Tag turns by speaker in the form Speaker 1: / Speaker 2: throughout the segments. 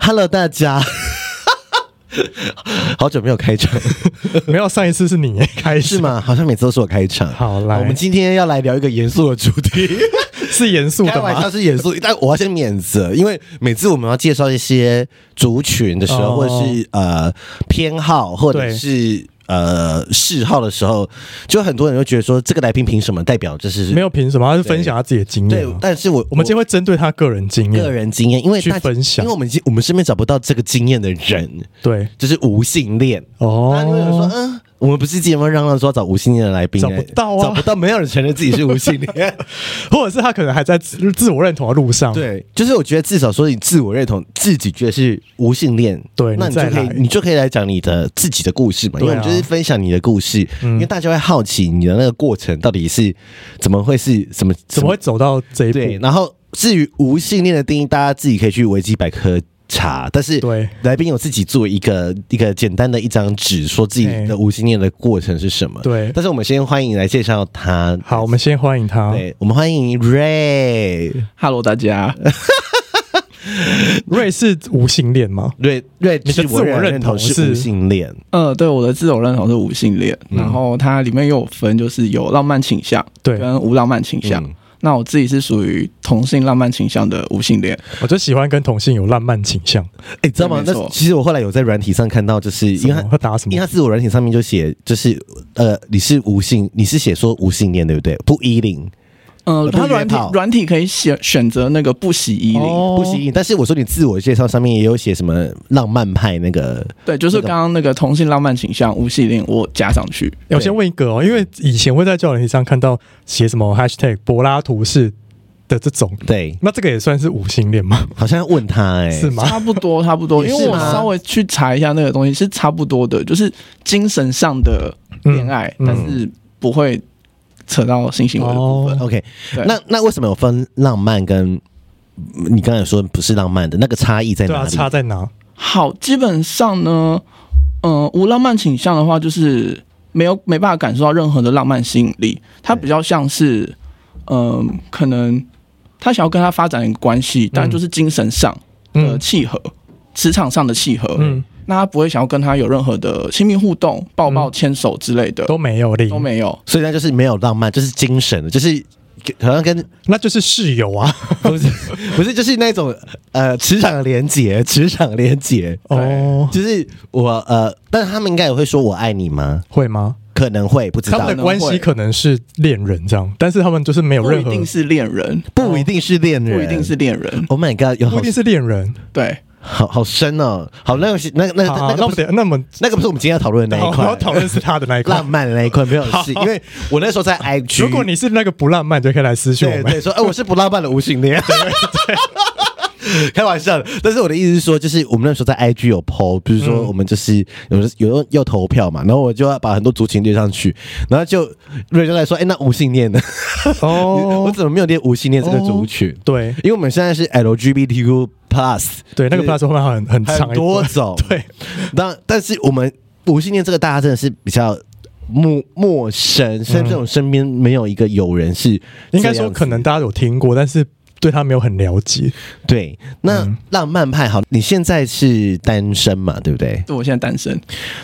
Speaker 1: Hello，大家， 好久没有开场，
Speaker 2: 没有，上一次是你耶开始
Speaker 1: 是？吗？ 好像每次都是我开场。
Speaker 2: 好来
Speaker 1: 我们今天要来聊一个严肃的主 题。
Speaker 2: 是严肃
Speaker 1: 开
Speaker 2: 的
Speaker 1: 玩笑
Speaker 2: 吗？
Speaker 1: 是严肃，但我要先免责，因为每次我们要介绍一些族群的时候，
Speaker 2: 哦
Speaker 1: 或者是呃偏好，或者
Speaker 2: 对
Speaker 1: 是呃嗜好的时候，就很多人会觉得说，这个来宾凭什么代表这是
Speaker 2: 没有凭什么，他是分享他自己的经
Speaker 1: 对
Speaker 2: 验啊。？
Speaker 1: 但是我
Speaker 2: 我们今天会针对他个人经
Speaker 1: 我个
Speaker 2: 验，
Speaker 1: 人经验，因为
Speaker 2: 去
Speaker 1: 大
Speaker 2: 分享
Speaker 1: 因为我们已经我们身边找不到这个经验的人，
Speaker 2: 对
Speaker 1: 就是无性恋。那你会有说，
Speaker 2: 哦，
Speaker 1: 嗯，我们不是节目嚷嚷说要找无性恋的来宾、
Speaker 2: 找
Speaker 1: 哎
Speaker 2: 不到啊
Speaker 1: 找不到，没有人承认自己是无性 恋。
Speaker 2: 或者是他可能还在自自我认同的路上。，
Speaker 1: 对，就是我觉得至少说你自我认同，自己觉得是无性恋，
Speaker 2: 对
Speaker 1: 那
Speaker 2: 你
Speaker 1: 你
Speaker 2: 再
Speaker 1: 就可以
Speaker 2: 来
Speaker 1: 你就可以来讲你的自己的故事嘛，因为
Speaker 2: 对
Speaker 1: 我
Speaker 2: 啊嗯
Speaker 1: 们就是分享你的故事，因为大家会好奇你的那个过程到底是怎么会是怎么
Speaker 2: 怎么会走到这一
Speaker 1: 对，
Speaker 2: 步？
Speaker 1: 然后至于无性恋的定义，大家自己可以去维基百科。查，但是
Speaker 2: 对
Speaker 1: 来宾有自己做一个一个简单的一张纸，说自己
Speaker 2: 嘿
Speaker 1: 的无性恋的过程是什么。
Speaker 2: 对
Speaker 1: 但是我们先欢迎来介绍他。
Speaker 2: 好，我们先欢迎他。
Speaker 1: 对，我们欢迎 Ray。
Speaker 3: Hello，大家，
Speaker 2: 瑞是无性恋吗？
Speaker 1: 对对，
Speaker 2: 你的
Speaker 1: 自
Speaker 2: 自我认
Speaker 1: 认
Speaker 2: 同
Speaker 1: 是
Speaker 2: 是
Speaker 1: 无性恋，
Speaker 3: 呃，对，我的自我认同是无性恋，
Speaker 1: 嗯
Speaker 3: 然后它里面也有分，就是有浪漫倾向
Speaker 2: 对，
Speaker 3: 跟无浪漫倾向。
Speaker 1: 嗯
Speaker 3: 那我自己是属于同性浪漫倾向的无性恋，
Speaker 2: 我就喜欢跟同性有浪漫倾向。
Speaker 1: 哎、知道吗？
Speaker 3: 对没
Speaker 1: 那
Speaker 3: 错
Speaker 1: 其实我后来有在软体上看到，就是因
Speaker 2: 什
Speaker 1: 为他
Speaker 2: 么他打什
Speaker 1: 因为
Speaker 2: 么？哦
Speaker 1: 他自我软体上面就写，就是呃，你是无性，你是写说无性恋对不对？不依零，
Speaker 3: 呃，
Speaker 1: 不
Speaker 3: 它软体
Speaker 1: 约炮哦
Speaker 3: 软体可以选选择那个不喜依零，
Speaker 2: 哦
Speaker 1: 不吸引。但是我说你自我介绍上面也有写什么浪漫派那个，
Speaker 3: 对，就是刚刚那个同性浪漫倾向无性恋我加上去，
Speaker 2: 欸我先问一个哦，因为以前会在交友软件上看到写什么 hashtag 柏拉图式的这种，
Speaker 1: 对，
Speaker 2: 那这个也算是无性恋吗？
Speaker 1: 好像要问他哎、
Speaker 2: 是吗？
Speaker 3: 差不多差不多，
Speaker 1: 也
Speaker 3: 因
Speaker 1: 是
Speaker 3: 为我
Speaker 1: 吗
Speaker 3: 稍微去查一下那个东西是差不多的，就是精神上的恋爱，
Speaker 2: 嗯嗯
Speaker 3: 但是不会扯到性行为的部分。
Speaker 2: 哦
Speaker 1: OK，
Speaker 3: 对
Speaker 1: 那那为什么有分浪漫跟嗯你刚才有说不是浪漫的那个差异在
Speaker 2: 对
Speaker 1: 哪
Speaker 2: 啊，
Speaker 1: 里？
Speaker 2: 差在哪？
Speaker 3: 好，基本上呢，嗯，无浪漫倾向的话，就是没有没办法感受到任何的浪漫吸引力，它比较像是，嗯、可能他想要跟他发展一个关系，但就是精神上的
Speaker 1: 呃
Speaker 2: 嗯
Speaker 3: 契合，职场上的契合，
Speaker 2: 嗯，
Speaker 3: 那他不会想要跟他有任何的亲密互动、抱抱、牵手之类的，
Speaker 2: 嗯都没有
Speaker 3: 都
Speaker 2: 零，
Speaker 3: 没有。
Speaker 1: 所以那就是没有浪漫，就是精神的，就是好像跟
Speaker 2: 那就是室友啊。
Speaker 1: 不是不是，就是那种呃职场连结，职场连结，
Speaker 2: 哦，
Speaker 1: 就是我呃，但是他们应该也会说我爱你吗？
Speaker 2: 会吗？
Speaker 1: 可能会不知
Speaker 2: 他
Speaker 1: 道
Speaker 2: 们，的关系可能是恋人这样，但是他们就是没有
Speaker 3: 不一
Speaker 2: 任何，
Speaker 3: 定是恋人，
Speaker 1: 不一定是恋人，
Speaker 3: 不一定是。恋人，
Speaker 1: Oh my god，有
Speaker 2: 不
Speaker 1: 好
Speaker 2: 一定是恋人。
Speaker 3: 对，
Speaker 1: 好好深哦，好那个是那个那个
Speaker 2: 好好，
Speaker 1: 那
Speaker 2: 那
Speaker 1: 个
Speaker 2: 不
Speaker 1: 不是
Speaker 2: 得，那么
Speaker 1: 那个不是我们今天要讨论的那
Speaker 2: 好，
Speaker 1: 一
Speaker 2: 哦我要讨
Speaker 1: 块，
Speaker 2: 论是他的 那一块
Speaker 1: 浪。漫的那一块没有
Speaker 2: 好
Speaker 1: 是，因为我那时候 在 IG，
Speaker 2: 如果你是那个不浪漫，就可以来私讯我
Speaker 1: 对
Speaker 2: 们。
Speaker 1: 对说，哎，我是不浪漫的无性恋。 开玩笑的，但是我的意思是说，就是我们那时候在 IG 有 PO，比如说我们就是
Speaker 2: 嗯
Speaker 1: 有有要投票嘛，然后我就要把很多族群列上去，然后就瑞就来说，哎、那无性恋呢？ 我
Speaker 2: 哦，
Speaker 1: 怎么没有列无性恋这个族群？
Speaker 2: 对
Speaker 1: 因为我们现在是 LGBTQ Plus，
Speaker 2: 对，那个 plus 后面很很长
Speaker 1: 很
Speaker 2: 一
Speaker 1: 多
Speaker 2: 段
Speaker 1: 种，
Speaker 2: 对，
Speaker 1: 但但是我们无性恋这个大家真的是比较。陌陌生，甚至我身边没有一个友人是这
Speaker 2: 应
Speaker 1: 样子，
Speaker 2: 该说可能大家有听过，但是对他没有很了解。
Speaker 1: 对。那浪漫派好，你现在是单身嘛，对不对？
Speaker 3: 对我现在单身，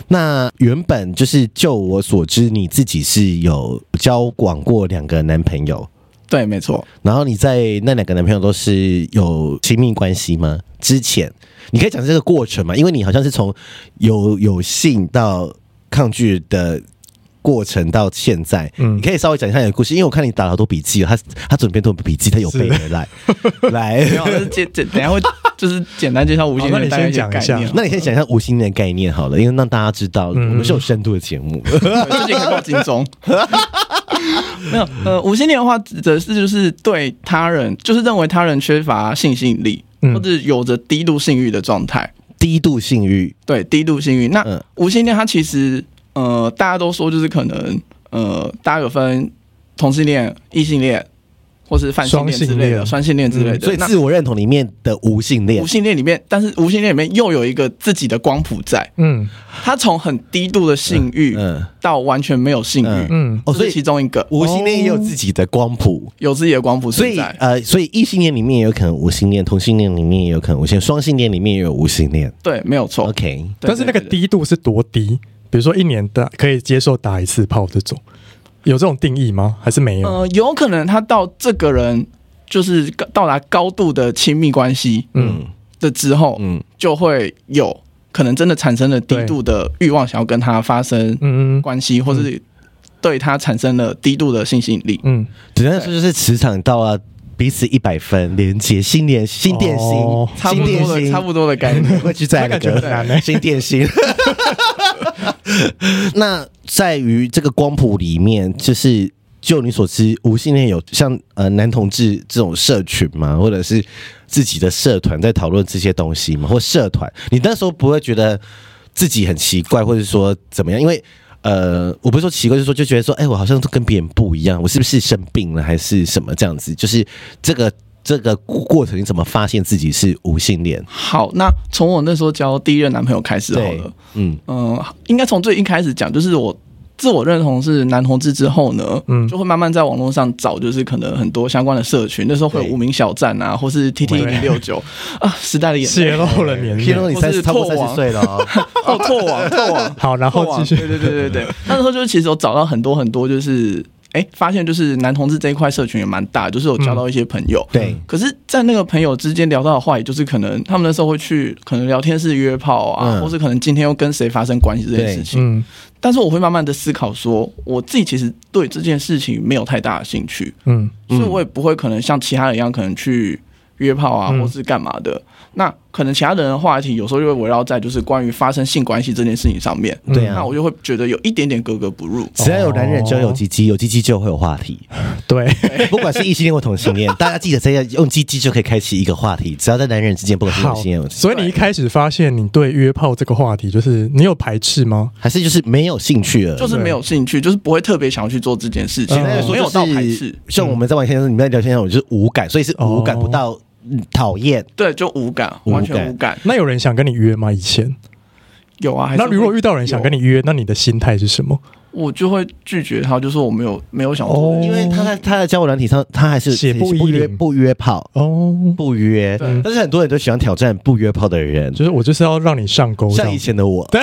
Speaker 1: 那原本就是就我所知，你自己是有交往过两个男朋友，
Speaker 3: 对，没错，
Speaker 1: 然后你在那两个男朋友都是有亲密关系吗？之前你可以讲这个过程吗？因为你好像是从有有性到抗拒的过程到现在，
Speaker 2: 嗯
Speaker 1: 你可以稍微讲一下你的故事，因为我看你打了好多笔记哦，他他准备都有笔记，他有备而来。 来，
Speaker 3: 没有，就是简简等一下会就是简单介绍无形
Speaker 2: 好那
Speaker 3: 的
Speaker 2: 你
Speaker 3: 大概
Speaker 2: 先
Speaker 3: 一些
Speaker 2: 讲一
Speaker 3: 概
Speaker 2: 下
Speaker 3: 念。
Speaker 1: 那你先讲一下无心的概念好了，因为让大家知
Speaker 3: 嗯
Speaker 1: 道我们是有深度的节目。
Speaker 3: 对最近可以报金钟。 没有，呃，无心恋的话指的是就是对他人，就是认为他人缺乏性吸引力，
Speaker 2: 嗯
Speaker 3: 或者有着低度性欲的状态。
Speaker 1: 低度性欲，
Speaker 3: 对，低度性欲。那、
Speaker 1: 嗯
Speaker 3: 无性恋它其实，呃，大家都说就是可能，呃，大家有分同性恋、异性恋，或是泛性恋之类的、
Speaker 2: 双
Speaker 3: 双性恋之类的。
Speaker 1: 所以嗯
Speaker 3: 那
Speaker 1: 自我认同里面的无性恋
Speaker 3: 无，性恋里面，但是无性恋里面又有一个自己的光谱在，
Speaker 2: 嗯
Speaker 3: 它从很低度的性欲
Speaker 1: 嗯，
Speaker 3: 到完全没有性欲，
Speaker 1: 嗯
Speaker 2: 嗯
Speaker 1: 哦，
Speaker 3: 这
Speaker 1: 所
Speaker 3: 是其
Speaker 1: 以
Speaker 3: 中一个。
Speaker 1: 无性恋也有自己的光谱。
Speaker 3: 有自己的光谱
Speaker 1: 所
Speaker 3: 存
Speaker 1: 以
Speaker 3: 在，
Speaker 1: 呃，所以异性恋里面也有可能无性恋，同性恋里面也有可能无性，双性恋里面也有无性恋。
Speaker 3: 对，没有错。
Speaker 1: OK，
Speaker 3: 对
Speaker 2: 但是那个
Speaker 3: 对对
Speaker 2: 低度是多低？比如说一年打可以接受打一次炮这种，有这种定义吗？还是没有？
Speaker 3: 呃，有可能他到这个人就是高到达高度的亲密关系
Speaker 2: 嗯
Speaker 3: 的之后，
Speaker 1: 嗯，
Speaker 3: 就会有可能真的产生了低度的欲望，想要跟他发生
Speaker 2: 嗯嗯
Speaker 3: 关系，或是对他产生了低度的性吸引力。
Speaker 2: 嗯，
Speaker 1: 简单来说就是磁场到了彼此一百分，连接心连心电心
Speaker 2: 哦，
Speaker 3: 差不
Speaker 1: 心电
Speaker 3: 多的，
Speaker 1: 心，
Speaker 3: 差不多的概 念。
Speaker 1: 会去在
Speaker 2: 那
Speaker 1: 那
Speaker 2: 感觉很难
Speaker 1: 个
Speaker 2: 欸
Speaker 1: 心电心。 那在于这个光谱里面，就是就你所知，无性恋有像呃男同志这种社群吗？或者是自己的社团在讨论这些东西吗？或社团，你那时候不会觉得自己很奇怪，或者说怎么样？因为呃，我不是说奇怪，就是说就觉得说，哎、我好像都跟别人不一样，我是不是生病了，还是什么这样子？就是这个这个过程，你怎么发现自己是无性恋？
Speaker 3: 好，那从我那时候交第一任男朋友开始好
Speaker 1: 对
Speaker 3: 了。
Speaker 1: 嗯，
Speaker 3: 嗯、应该从最一开始讲，就是我自我认同是男同志之后呢，
Speaker 2: 嗯
Speaker 3: 就会慢慢在网络上找，就是可能很多相关的社群，那时候会有
Speaker 1: 对
Speaker 3: 无名小站啊，或是 T T 一零六九啊，时代的眼
Speaker 2: 泄
Speaker 3: 泪，
Speaker 2: 露了年
Speaker 1: 披露
Speaker 2: 龄。
Speaker 1: 你三十
Speaker 3: 或
Speaker 1: 超
Speaker 3: 是
Speaker 1: 过三
Speaker 3: 拓
Speaker 1: 十
Speaker 3: 网
Speaker 1: 岁了、哦，
Speaker 3: 哦，拓网，拓网，
Speaker 2: 好，然
Speaker 3: 拓
Speaker 2: 后
Speaker 3: 网
Speaker 2: 继续。
Speaker 3: 对对对对 对，那时候就是其实有找到很多很多，就是哎、发现就是男同志这一块社群也蛮大，就是有交到一些朋友，
Speaker 1: 对，
Speaker 3: 可是，在那个朋友之间聊到的话，也就是可能他们那时候会去可能聊天室约炮啊，
Speaker 1: 嗯
Speaker 3: 或是可能今天又跟谁发生关系这件事情。
Speaker 2: 嗯
Speaker 3: 但是我会慢慢的思考说，我自己其实对这件事情没有太大的兴趣，
Speaker 2: 嗯
Speaker 1: 嗯
Speaker 3: 所以我也不会可能像其他人一样，可能去约炮啊，
Speaker 2: 嗯
Speaker 3: 或是干嘛的。那可能其他人的话题有时候就会围绕在就是关于发生性关系这件事情上
Speaker 2: 嗯
Speaker 3: 面，
Speaker 1: 对啊
Speaker 3: 嗯那我就会觉得有一点点格格不入。
Speaker 1: 只要有男人就有鸡鸡，有鸡鸡就会有话题，
Speaker 2: 对，
Speaker 3: 哎
Speaker 1: 不管是异性恋或同性恋，大家记得这样用鸡鸡就可以开启一个话题，只要在男人之间，不管是
Speaker 2: 好
Speaker 1: 同性恋，
Speaker 2: 所以你一开始发现你对约炮这个话题，就是你有排斥吗？
Speaker 1: 还是就是没有兴趣了，
Speaker 3: 就是没有兴趣，就是不会特别想要去做这件事情，
Speaker 2: 简单来
Speaker 1: 说
Speaker 3: 没有到排斥，。嗯
Speaker 1: 像我们在玩天的时候，你们在聊天的时候，我就是无感，所以是无感
Speaker 2: 哦
Speaker 1: 不到嗯讨厌。
Speaker 3: 对，就无感，
Speaker 1: 无感
Speaker 3: 完全无感。
Speaker 2: 那有人想跟你约吗？以前？
Speaker 3: 有啊，还是
Speaker 2: 那如果
Speaker 3: 会
Speaker 2: 遇到人想跟你约，那你的心态是什么？
Speaker 3: 有，我就会拒绝他，就说我没有没有想做
Speaker 2: 哦
Speaker 3: 这件事。
Speaker 1: 因为他在他在交友软体上，他还是
Speaker 2: 写不
Speaker 1: 不
Speaker 2: 一
Speaker 1: 约
Speaker 2: 零
Speaker 1: 不约炮，
Speaker 2: 哦，
Speaker 1: 不约
Speaker 3: 对。
Speaker 1: 但是很多人都喜欢挑战不约炮的人，
Speaker 2: 就是我就是要让你上钩，这
Speaker 1: 像
Speaker 2: 样
Speaker 1: 以前的我，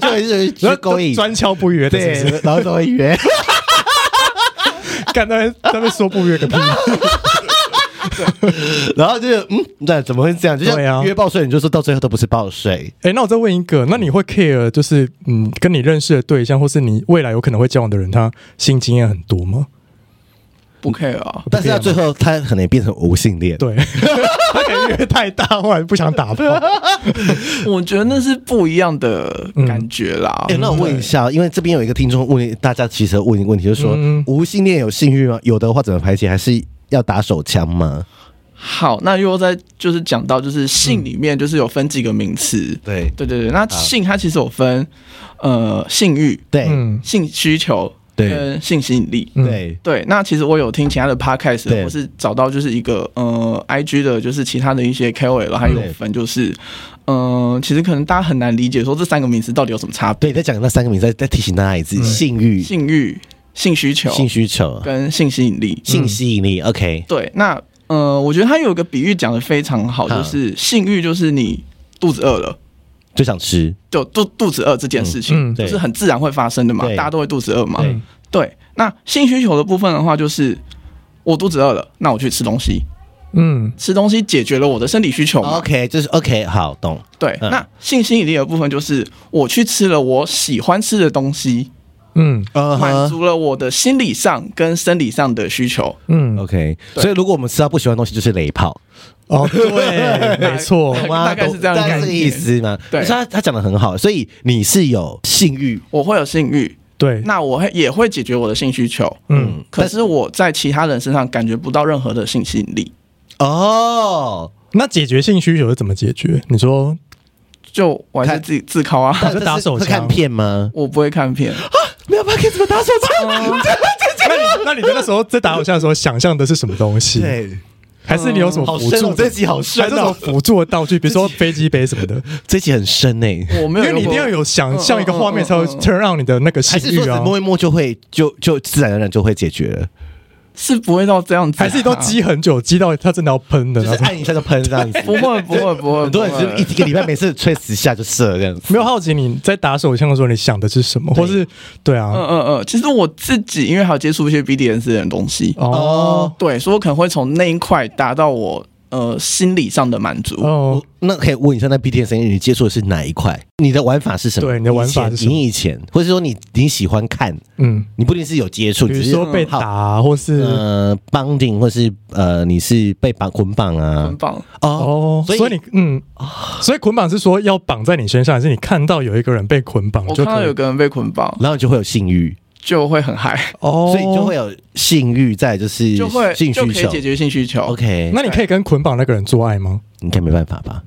Speaker 1: 就是去
Speaker 2: 然后
Speaker 1: 勾引，
Speaker 2: 专敲不约的，
Speaker 1: 对
Speaker 2: 是不，
Speaker 1: 然后都会约。
Speaker 2: 是？干那边那边说不约个屁！
Speaker 1: 然后就是嗯，那怎么会这样？就
Speaker 2: 对啊
Speaker 1: 像约报税，你就说到最后都不是报税。
Speaker 2: 哎，那我再问一个，那你会 care 就是嗯，跟你认识的对象，或是你未来有可能会交往的人，他性经验很多吗？
Speaker 3: 不 care 啊，
Speaker 1: 但是到最后，他可能也变成无性恋。
Speaker 2: 对， 他可能约太大，后来不想 打炮。
Speaker 3: 我觉得那是不一样的感觉啦。
Speaker 1: 哎、那我问一下，因为这边有一个听众问大家，其实问一个问题，就是说、
Speaker 2: 嗯
Speaker 1: 无性恋有性欲吗？有的话怎么排解？还是要打手枪吗？
Speaker 3: 好，那又在就是讲到就是性里面就是有分几个名词，
Speaker 1: 对
Speaker 3: 对对对，那性它其实有分呃性欲、
Speaker 1: 对、
Speaker 2: 嗯
Speaker 3: 性需求
Speaker 1: 对
Speaker 3: 跟性吸引力。
Speaker 2: 嗯
Speaker 1: 对，
Speaker 3: 对，那其实我有听其他的 podcast，
Speaker 1: 对
Speaker 3: 或是找到就是一个呃 IG 的，就是其他的一些 KOL，还有
Speaker 1: 对
Speaker 3: 分就是，呃，其实可能大家很难理解说这三个名词到底有什么差别。
Speaker 1: 对，你在讲那三个名字，再再提醒大家一
Speaker 2: 嗯
Speaker 1: 次：性欲、
Speaker 3: 性欲、性需求
Speaker 1: 嗯性需求、
Speaker 3: 跟性吸引力。
Speaker 1: 性吸引力。OK，
Speaker 3: 对，那呃，我觉得他有一个比喻讲的非常好，
Speaker 1: 嗯
Speaker 3: 就是性欲就是你肚子饿了。
Speaker 1: 就想吃。
Speaker 3: 就肚肚子饿这件事情，
Speaker 2: 嗯嗯
Speaker 3: 就是
Speaker 1: 对
Speaker 3: 很自然会发生的嘛，
Speaker 1: 对
Speaker 3: 大家都会肚子饿嘛。
Speaker 1: 对
Speaker 3: 对，那性需求的部分的话，就是我肚子饿了，那我去吃东西，
Speaker 2: 嗯
Speaker 3: 吃东西解决了我的生理需求嘛。
Speaker 1: OK，就是 OK，好懂。
Speaker 3: 对，
Speaker 1: 哦嗯
Speaker 3: 那性吸引力的部分就是我去吃了我喜欢吃的东西，
Speaker 2: 嗯
Speaker 1: 呃
Speaker 3: 满足了我的心理上跟生理上的需求。
Speaker 2: 嗯，
Speaker 1: OK，所以如果我们吃到不喜欢的东西，就是雷炮，
Speaker 2: 哦， 对，没错，
Speaker 3: 大
Speaker 1: 哇
Speaker 3: 大概是这样的
Speaker 1: 大概
Speaker 3: 概
Speaker 1: 是
Speaker 3: 念
Speaker 1: 意思嘛。
Speaker 3: 对
Speaker 1: 可是他他讲的很好，所以你是有性欲，
Speaker 3: 我会有性欲，
Speaker 2: 对，
Speaker 3: 那我会也会解决我的性需求，
Speaker 2: 嗯，
Speaker 3: 可是我在其他人身上感觉不到任何的性吸引力。
Speaker 1: 哦，
Speaker 2: 那解决性需求是怎么解决？你说
Speaker 3: 就我还是
Speaker 1: 看
Speaker 3: 自己自考啊，
Speaker 2: 是打手枪
Speaker 1: 会看片吗？
Speaker 3: 我不会看片，
Speaker 1: 没有 p o d 怎么打手枪？
Speaker 2: 那你那你在那时候在打手枪的时候想象的是什么东西？
Speaker 1: 对，
Speaker 2: 还是你有什么
Speaker 1: 好
Speaker 2: 辅
Speaker 1: 深哦，
Speaker 2: 助
Speaker 1: 这
Speaker 2: 的？
Speaker 1: 集好
Speaker 2: 还
Speaker 1: 深
Speaker 2: 是什么
Speaker 1: 哦，
Speaker 2: 辅助的道具，比如说飞机杯什么的，
Speaker 1: 这集很深欸诶。
Speaker 3: 我没
Speaker 2: 因
Speaker 3: 有
Speaker 2: 为你
Speaker 3: 用
Speaker 2: 一
Speaker 3: 过，
Speaker 2: 定要有想象一个画面才会
Speaker 3: 嗯嗯嗯嗯
Speaker 2: turn on 你的那个
Speaker 1: 还
Speaker 2: 性
Speaker 1: 是说
Speaker 2: 欲
Speaker 1: 只
Speaker 2: 啊，
Speaker 1: 摸一摸就会就就自然而然就会解决了，
Speaker 3: 是不会到这样子啊，
Speaker 2: 还是你都积很久，积到它真的要喷的
Speaker 1: 就是
Speaker 2: 那
Speaker 1: 哎
Speaker 2: 种。
Speaker 1: 按一下就喷这样子。
Speaker 3: 不会不会 不会，
Speaker 1: 很多人就是一个礼拜每次吹十下就射这样子。
Speaker 2: 没有好奇你在打手枪的时候你想的是什么，
Speaker 1: 对
Speaker 2: 或是对
Speaker 3: 嗯
Speaker 2: 啊，
Speaker 3: 嗯嗯，其实我自己因为还有接触一些 BDS 的东西，
Speaker 2: 哦
Speaker 3: 对，所以我可能会从那一块达到我呃心理上的满足。
Speaker 2: 哦
Speaker 1: 我，那可以问一下，那 BDSM 你接触的是哪一块？你的玩法是什么？
Speaker 2: 对你的玩法是什么
Speaker 1: 你以前，你以前或者说你你喜欢看，
Speaker 2: 嗯，
Speaker 1: 你不一定是有接触，
Speaker 2: 比
Speaker 1: 只
Speaker 2: 如
Speaker 1: 是
Speaker 2: 说被打啊或是
Speaker 1: 呃 bonding，或是呃你是被绑捆绑啊
Speaker 3: 很。棒，
Speaker 1: 哦，
Speaker 2: 哦，
Speaker 1: 所以啊
Speaker 2: 所以你嗯，所以捆绑是说要绑在你身上，还是你看到有一个人被捆绑
Speaker 3: 我
Speaker 2: 就
Speaker 3: 看到
Speaker 2: 可
Speaker 3: 有
Speaker 2: 以
Speaker 3: 个人被捆绑，
Speaker 1: 然后你就会有性欲，
Speaker 3: 就会很嗨，
Speaker 2: 哦，
Speaker 1: 所以你就会有性欲，再来就是
Speaker 3: 就会
Speaker 1: 性
Speaker 3: 就
Speaker 1: 需
Speaker 3: 可以
Speaker 1: 求
Speaker 3: 解。决性需求。
Speaker 1: OK，
Speaker 2: 那你可以跟捆绑那个人做爱吗？
Speaker 1: 应该没办法吧？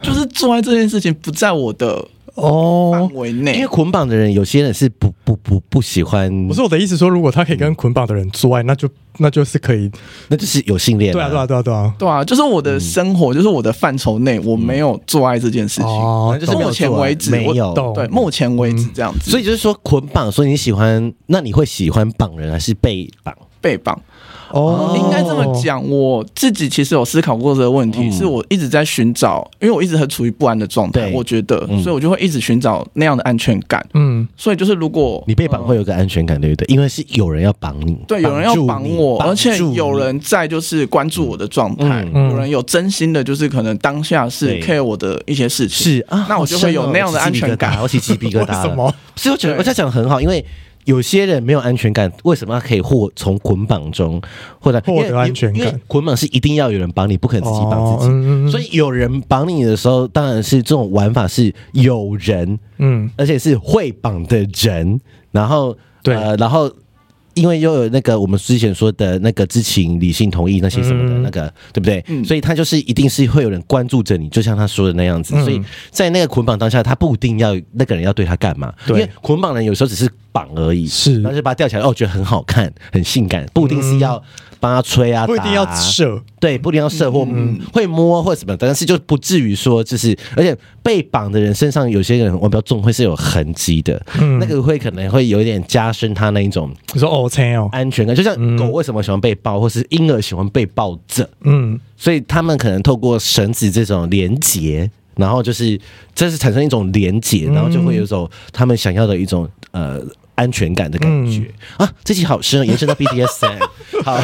Speaker 3: 就是做爱这件事情不在我的
Speaker 2: 哦
Speaker 3: 范，围
Speaker 1: 因
Speaker 3: 内
Speaker 1: 为。捆绑的人，有些人是不不不不喜欢，
Speaker 2: 不是我的意思说，如果他可以跟捆绑的人做爱，那就那就是可以。
Speaker 1: 那就是有性恋。
Speaker 2: 对啊，对啊，，对啊，对啊。
Speaker 3: 对啊，就是我
Speaker 1: 嗯
Speaker 3: 的生活，就是我的范畴内，我没有做爱这件事情。
Speaker 2: 哦，
Speaker 1: 就是
Speaker 2: 懂
Speaker 1: 没有
Speaker 3: 目前
Speaker 1: 做啊
Speaker 3: 为止
Speaker 1: 没
Speaker 3: 我
Speaker 1: 有
Speaker 2: 懂
Speaker 3: 对，目前为止这样子，
Speaker 1: 所以就是说捆绑，所以你喜欢，那你会喜欢绑人还是被绑？
Speaker 3: 被绑。
Speaker 1: 嗯
Speaker 2: 哦，
Speaker 3: 应该这么。讲，我自己其实有思考过这个问题，
Speaker 1: 嗯
Speaker 3: 是我一直在寻找，因为我一直很处于不安的状态，
Speaker 1: 对
Speaker 3: 我觉得，
Speaker 1: 嗯
Speaker 3: 所以我就会一直寻找那样的安全感。
Speaker 2: 嗯，
Speaker 3: 所以就是如果
Speaker 1: 你被绑会有一个安全感，对不对？因为是有人要绑你，
Speaker 3: 对有人要
Speaker 1: 绑
Speaker 3: 绑
Speaker 1: 住你
Speaker 3: 我，
Speaker 1: 绑
Speaker 3: 而且
Speaker 1: 住你
Speaker 3: 有人在就是关注我的状态
Speaker 1: 嗯，
Speaker 2: 嗯
Speaker 3: 有人有真心的，就是可能当下是
Speaker 1: 对
Speaker 3: care 我的一些事情。
Speaker 1: 是啊，
Speaker 3: 那我就会有那样的安全感
Speaker 1: 我起鸡皮疙
Speaker 2: 为
Speaker 1: 瘩
Speaker 2: 什
Speaker 1: 了。
Speaker 2: 么？
Speaker 1: 所以我觉得
Speaker 3: 对
Speaker 1: 我在讲得很好，因为。有些人没有安全感，为什么他可以获从捆绑中获得
Speaker 2: 获得
Speaker 1: 因为
Speaker 2: 安全感
Speaker 1: 因为捆绑是一定要有人绑你，不可能自己绑自己。
Speaker 2: 嗯
Speaker 1: 所以有人绑你的时候，当然是这种玩法是有人
Speaker 2: 嗯，
Speaker 1: 而且是会绑的人，然后
Speaker 2: 对
Speaker 1: 呃，然后因为又有那个我们之前说的那个知情、理性、同意那些什么的
Speaker 2: 嗯
Speaker 1: 那个，对不对？
Speaker 3: 嗯
Speaker 1: 所以他就是一定是会有人关注着你，就像他说的那样子。
Speaker 2: 嗯
Speaker 1: 所以在那个捆绑当下，他不一定要那个人要对他干嘛，因
Speaker 2: 对
Speaker 1: 为捆绑人有时候只是绑而已，
Speaker 2: 是嗯
Speaker 1: 然后就把他吊起来，哦，觉得很好看、很性感，不一定是要帮他吹啊，
Speaker 2: 不一定要
Speaker 1: 打啊
Speaker 2: 射，
Speaker 1: 对，不一定要射或会摸或什么，但是就不至于说就是，而且被绑的人身上有些人我比较重，会是有痕迹的，
Speaker 2: 嗯
Speaker 1: 那个会可能会有一点加深他那一种
Speaker 2: 你说哦，天哦，
Speaker 1: 安全感，就像狗为什么喜欢被抱，或是婴儿喜欢被抱着，
Speaker 2: 嗯，
Speaker 1: 所以他们可能透过绳子这种连结。然后就是，这是产生一种连结，然后就会有一种他们想要的一种呃安全感的感
Speaker 2: 嗯
Speaker 1: 觉、啊。这集好深哦，延伸到 BDSM，好，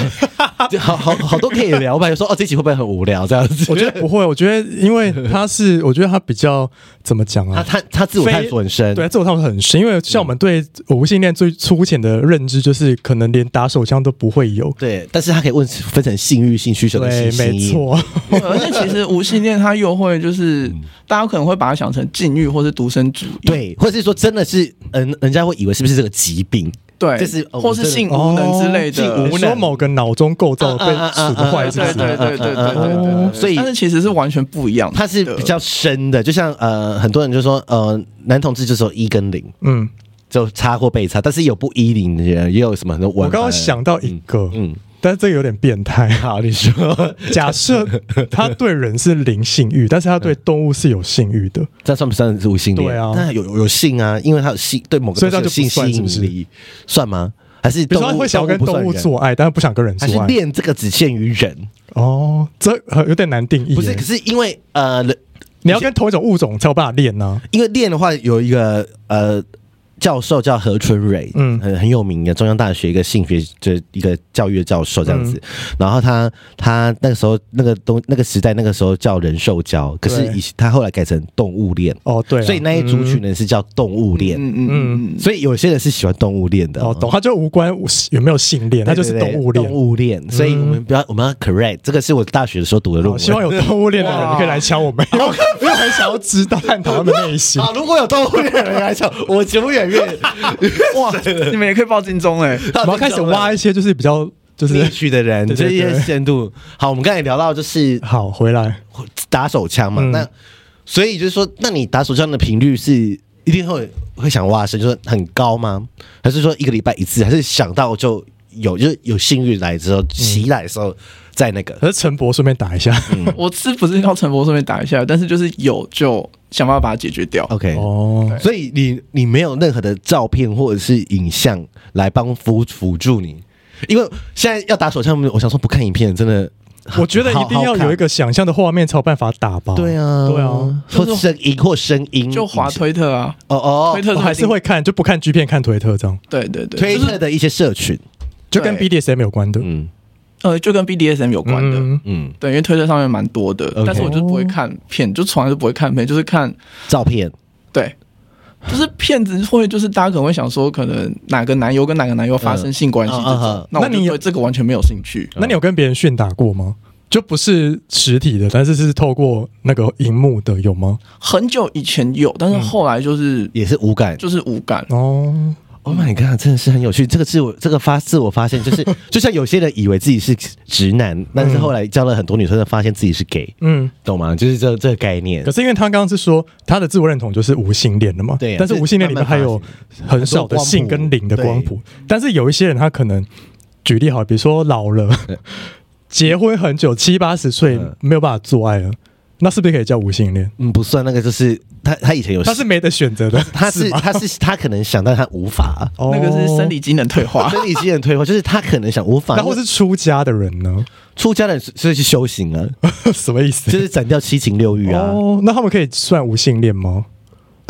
Speaker 1: 好好好多可以聊吧。有说哦，这集会不会很无聊这样子？
Speaker 2: 我 觉得不会，我觉得因为他是，我觉得他比较怎么讲
Speaker 1: 他
Speaker 2: 啊？
Speaker 1: 他他自我探索很深，
Speaker 2: 对，这种他们很深，因为像我们对无性恋最粗浅的认知，就是可能连打手枪都不会有。
Speaker 1: 对，但是他可以问分成性欲、性需求跟性
Speaker 2: 对，
Speaker 1: 吸
Speaker 2: 没
Speaker 1: 引。
Speaker 2: 错，
Speaker 3: 对而且其实无性恋它又会就是大家可能会把它想成禁欲或是独身主义，
Speaker 1: 对，或者是说真的是，嗯，人家会以为是不是这个疾病？
Speaker 3: 对，
Speaker 1: 这是哦
Speaker 3: 或是性无能之类的，嗯
Speaker 1: 哦性
Speaker 2: 你
Speaker 1: 无
Speaker 2: 说某个脑中构造被损坏，
Speaker 3: 对
Speaker 2: 是不
Speaker 3: 对对
Speaker 2: 是？
Speaker 3: 对对对对
Speaker 2: 哦
Speaker 3: 对，
Speaker 1: 所以
Speaker 3: 但是其实是完全不一样的，
Speaker 1: 它是比较深的，就像呃，很多人就说呃，男同志就说一跟零，
Speaker 2: 嗯，
Speaker 1: 就差或被差，但是有不一零的人，也有什么很多玩
Speaker 2: 我
Speaker 1: 法
Speaker 2: 刚
Speaker 1: 的
Speaker 2: 刚想到一个，
Speaker 1: 嗯，
Speaker 2: 但是这个有点变态。
Speaker 1: 好，你说
Speaker 2: 假设他对人是零性欲，但是他对动物是有性欲的，
Speaker 1: 这算不算是无性恋？
Speaker 2: 对啊
Speaker 1: 那有有有性啊，因为他有性对某个
Speaker 2: 所以这样
Speaker 1: 东西有
Speaker 2: 就不
Speaker 1: 性
Speaker 2: 算
Speaker 1: 吸引
Speaker 2: 是不是
Speaker 1: 力，算吗？还是
Speaker 2: 比如
Speaker 1: 动
Speaker 2: 说他
Speaker 1: 物
Speaker 2: 会想要跟
Speaker 1: 不算
Speaker 2: 动物
Speaker 1: 人
Speaker 2: 做爱，但是不想跟人
Speaker 1: 还是
Speaker 2: 做爱。
Speaker 1: 恋这个只限于人？
Speaker 2: 哦，这呃有点难定义耶。
Speaker 1: 不是，可是因为呃，人
Speaker 2: 啊你要跟同一种物种才有办法练呢、
Speaker 1: 因为练的话有一个呃教授叫何春蕊，
Speaker 2: 嗯
Speaker 1: 嗯，很很有名的中央大学一个性学就是一个教育的教授这样子。
Speaker 2: 嗯
Speaker 1: 然后他他那个时候那个东那个时代那个时候叫人兽交，可是
Speaker 2: 对
Speaker 1: 以他后来改成动物恋，
Speaker 2: 哦，对啊，
Speaker 1: 所以那一族群人是叫动物恋。
Speaker 3: 嗯嗯嗯嗯，
Speaker 1: 所以有些人是喜欢动物恋的
Speaker 2: 哦，懂，它就无关有没有性恋，它就是
Speaker 1: 对
Speaker 2: 动
Speaker 1: 对对
Speaker 2: 物恋
Speaker 1: 动。物恋，所以我们不要，我们要 correct，这个是我大学的时候读的论
Speaker 2: 好
Speaker 1: 文。
Speaker 2: 哦希望有动物恋的人可以来敲 我们，因为我 因为很想要知道探讨他们内心。
Speaker 1: 啊，如果有动物恋的人来 讲，我节目也越
Speaker 3: 哇，你们也可以报金钟哎，
Speaker 2: 我们要开始挖一些就是比较就是
Speaker 1: 地区的人，
Speaker 2: 对
Speaker 1: 这
Speaker 2: 对对
Speaker 1: 些深度。好，我们刚才聊到就是
Speaker 2: 好回来，
Speaker 1: 打手枪嘛，
Speaker 2: 嗯
Speaker 1: 那所以就是说，那你打手枪的频率是一定会会想挖深，就是很高吗？还是说一个礼拜一次？还是想到就有，就是有幸运来之后，起来的时候再那个？
Speaker 2: 可是陈博顺便打一下
Speaker 3: 我是不是要陈博顺便打一下？但是就是有就想办法把它解决掉。
Speaker 1: OK，
Speaker 2: 哦。
Speaker 1: 所以你你没有任何的照片或者是影像来帮辅辅助你，因为现在要打手枪，我想说不看影片真的很，
Speaker 2: 我觉得一定要有一个想象的画面才有办法打吧。
Speaker 1: 好好看对啊
Speaker 2: 对啊，
Speaker 1: 或声音或声音
Speaker 3: 就滑推特啊，
Speaker 1: 哦哦
Speaker 3: 推特
Speaker 2: 我还是
Speaker 3: 一定
Speaker 2: 会看，就不看 G 片，看推特这样，
Speaker 3: 对对对，
Speaker 1: 推
Speaker 3: 就是
Speaker 1: 特的一些社群，
Speaker 2: 就跟
Speaker 3: 对
Speaker 2: BDSM 有关的。
Speaker 1: 嗯
Speaker 3: 呃，就跟 BDSM 有关的，
Speaker 2: 嗯，
Speaker 1: 嗯，
Speaker 3: 对，因为推特上面蛮多的
Speaker 1: OK
Speaker 3: 但是我就不会看片，就从来就不会看片，就是看
Speaker 1: 照片
Speaker 3: 对，就是骗子会就是大家可能会想说，可能哪个男优跟哪个男优发生性关系这种，
Speaker 1: 嗯嗯嗯嗯
Speaker 3: 啊那我
Speaker 2: 那你
Speaker 3: 就对这个完全没有兴趣。
Speaker 2: 那你有跟别人炫打过吗？就不是实体的，但是是透过那个荧幕的，有吗？
Speaker 3: 很久以前有，但是后来就是、
Speaker 1: 也是无感。
Speaker 3: 就是无感。
Speaker 2: 哦，
Speaker 1: Oh my god，真的是很有趣。这个自我这个发自我发现，就是 就像有些人以为自己是直男，但是后来交了很多女生，发现自己是 gay，
Speaker 2: 嗯。
Speaker 1: 懂吗？就是这这个概念
Speaker 2: 可。是因为他刚刚是说他的自我认同就是无性恋的嘛，
Speaker 1: 对啊
Speaker 2: 但是无性恋里面还有
Speaker 1: 慢
Speaker 2: 很少的性跟零的光
Speaker 1: 很多
Speaker 2: 谱，但是有一些人他可能举例好，比如说老了，结婚很久，七八十岁
Speaker 1: 嗯
Speaker 2: 没有办法做爱了，那是不是可以叫无性恋？
Speaker 1: 嗯，不算那个，就是他他以前有
Speaker 2: 他是没得选择的，
Speaker 1: 他是
Speaker 2: 吗
Speaker 1: 他是他可能想，但他无法。
Speaker 2: 哦
Speaker 3: 那个是生理机能退化，
Speaker 1: 生理机能退化，就是他可能想无法。
Speaker 2: 那或是出家的人呢？
Speaker 1: 出家人是是去修行啊，
Speaker 2: 什么意思？
Speaker 1: 就是斩掉七情六欲啊。
Speaker 2: 哦，那他们可以算无性恋吗？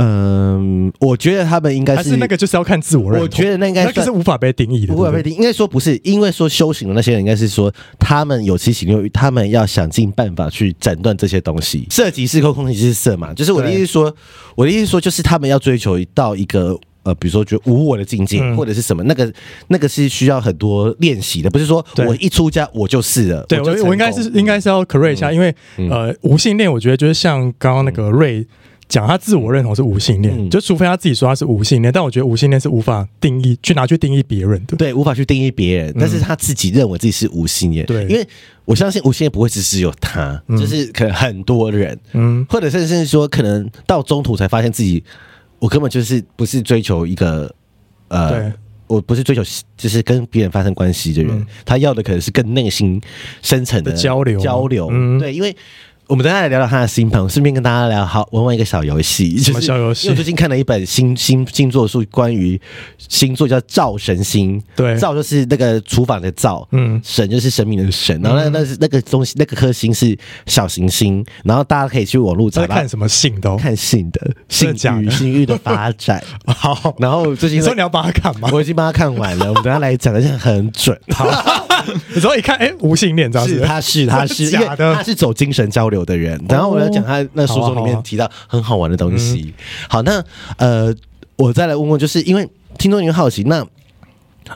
Speaker 1: 嗯，我觉得他们应该
Speaker 2: 还是那个就是要看自我认同？
Speaker 1: 我觉得那应该
Speaker 2: 那个
Speaker 1: 算
Speaker 2: 是无法被定义的，
Speaker 1: 不会被
Speaker 2: 定
Speaker 1: 定，应该说不是，因为说修行的那些人，应该是说他们有七情六欲，他们要想尽办法去斩断这些东西。色即是空，空即是色嘛，就是我的意思说，我的意思说，就是他们要追求到一个。呃，比如说觉得无我的境界，
Speaker 2: 嗯
Speaker 1: 或者是什么，那个那个是需要很多练习的，不是说
Speaker 2: 对
Speaker 1: 我一出家我就是了。
Speaker 2: 对，
Speaker 1: 我就
Speaker 2: 我
Speaker 1: 成
Speaker 2: 我应该
Speaker 1: 功
Speaker 2: 是应该是要 correct 一
Speaker 1: 嗯
Speaker 2: 下，因为呃，无性恋，我觉得就是像刚刚那个瑞讲，他自我认同是无性恋，
Speaker 1: 嗯
Speaker 2: 就除非他自己说他是无性恋，但我觉得无性恋是无法定义去拿去定义别人的。
Speaker 1: 对，无法去定义别人，但是他自己认为自己是无性恋。
Speaker 2: 嗯对
Speaker 1: 因为我相信无性恋不会只是有他，就是可能很多人，
Speaker 2: 嗯，
Speaker 1: 或者甚至是说，可能到中途才发现自己，我根本就是不是追求一个呃
Speaker 2: 对，
Speaker 1: 我不是追求就是跟别人发生关系的人，
Speaker 2: 嗯
Speaker 1: 他要的可能是更内心深层的
Speaker 2: 的交流
Speaker 1: 交流，
Speaker 2: 嗯
Speaker 1: 对，因为。我们等一下来聊聊他的星盘，顺便跟大家聊好玩玩一个小游戏，就是
Speaker 2: 什么小游戏
Speaker 1: 因为我最近看了一本星星星座书，关于星座叫灶神星，
Speaker 2: 对
Speaker 1: 灶就是那个厨房的灶，
Speaker 2: 嗯
Speaker 1: 神就是神明的神，然后那那是那个东西，那个颗星是小行星，然后大家可以去网络
Speaker 2: 他
Speaker 1: 找
Speaker 2: 在看
Speaker 1: 到
Speaker 2: 什么性的、哦？
Speaker 1: 看性的
Speaker 2: 真
Speaker 1: 性
Speaker 2: 的假的
Speaker 1: 欲性欲的发 展。
Speaker 2: 好，
Speaker 1: 然后最
Speaker 2: 你
Speaker 1: 近
Speaker 2: 说你要帮他看吗？
Speaker 1: 我已经帮他看完了，我们等一下来讲的是很准。
Speaker 2: 你说一看，哎，无性恋这样
Speaker 1: 是
Speaker 2: 子，
Speaker 1: 他是他是，
Speaker 2: 真
Speaker 1: 因
Speaker 2: 的
Speaker 1: 为
Speaker 2: 假的
Speaker 1: 他是走精神交流的人。然后我要讲他那书
Speaker 2: 好
Speaker 1: 中里
Speaker 2: 啊好啊嗯
Speaker 1: 面提到很好玩的东西。好，那呃，我再来问问，就是因为听众你会好奇，那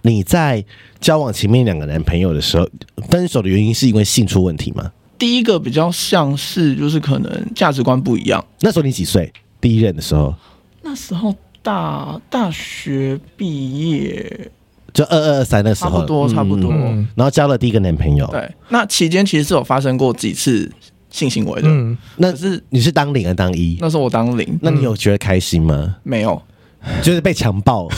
Speaker 1: 你在交往前面两个男朋友的时候，分手的原因是因为性出问题吗？
Speaker 3: 第一个比较像是就是可能价值观不一样。
Speaker 1: 那时候你几岁？第一任的时候，
Speaker 3: 那时候大大学毕业，
Speaker 1: 就二二二三的时
Speaker 3: 差
Speaker 1: 候，
Speaker 3: 不多差不多。
Speaker 1: 嗯
Speaker 2: 嗯
Speaker 1: 然后交了第一个男朋友，
Speaker 3: 对，那期间其实是有发生过几次性行为的，
Speaker 2: 嗯，
Speaker 1: 那
Speaker 3: 可是
Speaker 1: 你是当零还是当一？
Speaker 3: 那时候我当零，
Speaker 1: 那你有觉得开心吗？
Speaker 3: 没有。
Speaker 1: 就是被强 暴，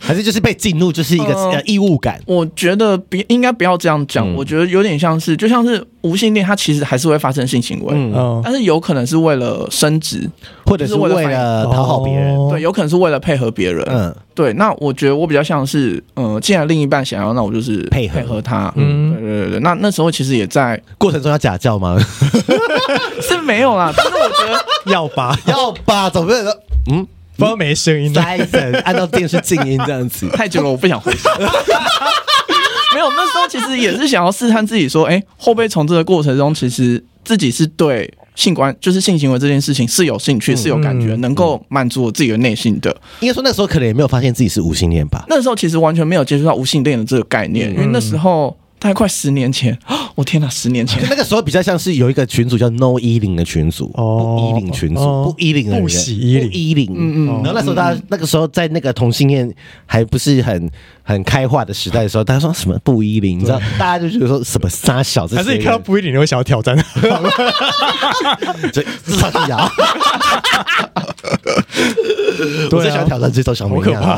Speaker 1: 还是就是被进入，就是一个
Speaker 3: 呃
Speaker 1: 呃义务感？
Speaker 3: 我觉得别应该不要这样讲，我觉得有点像是，就像是无性恋，它其实还是会发生性行为，
Speaker 1: 嗯，
Speaker 2: 哦，
Speaker 3: 但是有可能是为了升职，
Speaker 1: 或者是为了呃讨好别人，
Speaker 2: 哦
Speaker 3: 对，，有可能是为了配合别人，
Speaker 1: 嗯，
Speaker 3: 对。那我觉得我比较像是，呃，既然另一半想要，那我就是
Speaker 1: 配合
Speaker 3: 配合他，
Speaker 2: 嗯
Speaker 3: 嗯，对对对对。那那时候其实也在
Speaker 1: 过程中要假叫吗？
Speaker 3: 是没有啦，但是我觉得
Speaker 2: 要吧，
Speaker 1: 要吧，总不能说嗯，
Speaker 2: 不然没声音了。
Speaker 1: 塞一声， 按照电视静音这样子。
Speaker 3: 太久了，我不想回想。 没有，那时候其实也是想要试探自己，说，哎、会不会从这个过程中，其实自己是对性关，就是性行为这件事情是有兴趣、是有感觉，
Speaker 2: 嗯
Speaker 3: 能够满足我自己的内心的。
Speaker 1: 应该说那时候可能也没有发现自己是无性恋吧。
Speaker 3: 那时候其实完全没有接触到无性恋的这个概念，因为那时候大概快十年前，哦我天哪，十年前
Speaker 1: 就 那个时候比较像是有一个群组叫 No 一零的群组，
Speaker 2: 哦
Speaker 1: 不一零群组，
Speaker 2: 哦
Speaker 1: 不一零的人，
Speaker 2: 不喜一零
Speaker 1: 不一零，嗯
Speaker 3: 嗯
Speaker 1: 嗯
Speaker 3: 嗯。
Speaker 1: 然后那时候大家那个时候在那个同性恋还不是很很开化的时代的时候，大家说什么不一零，你知道，
Speaker 2: 嗯
Speaker 1: 大家就觉得说什么傻小子，
Speaker 2: 还是你 看到不一定你会想要挑战？
Speaker 1: 这至少是 牙，我最喜欢挑战这种小
Speaker 2: 啊好
Speaker 1: 明
Speaker 2: 可
Speaker 1: 啊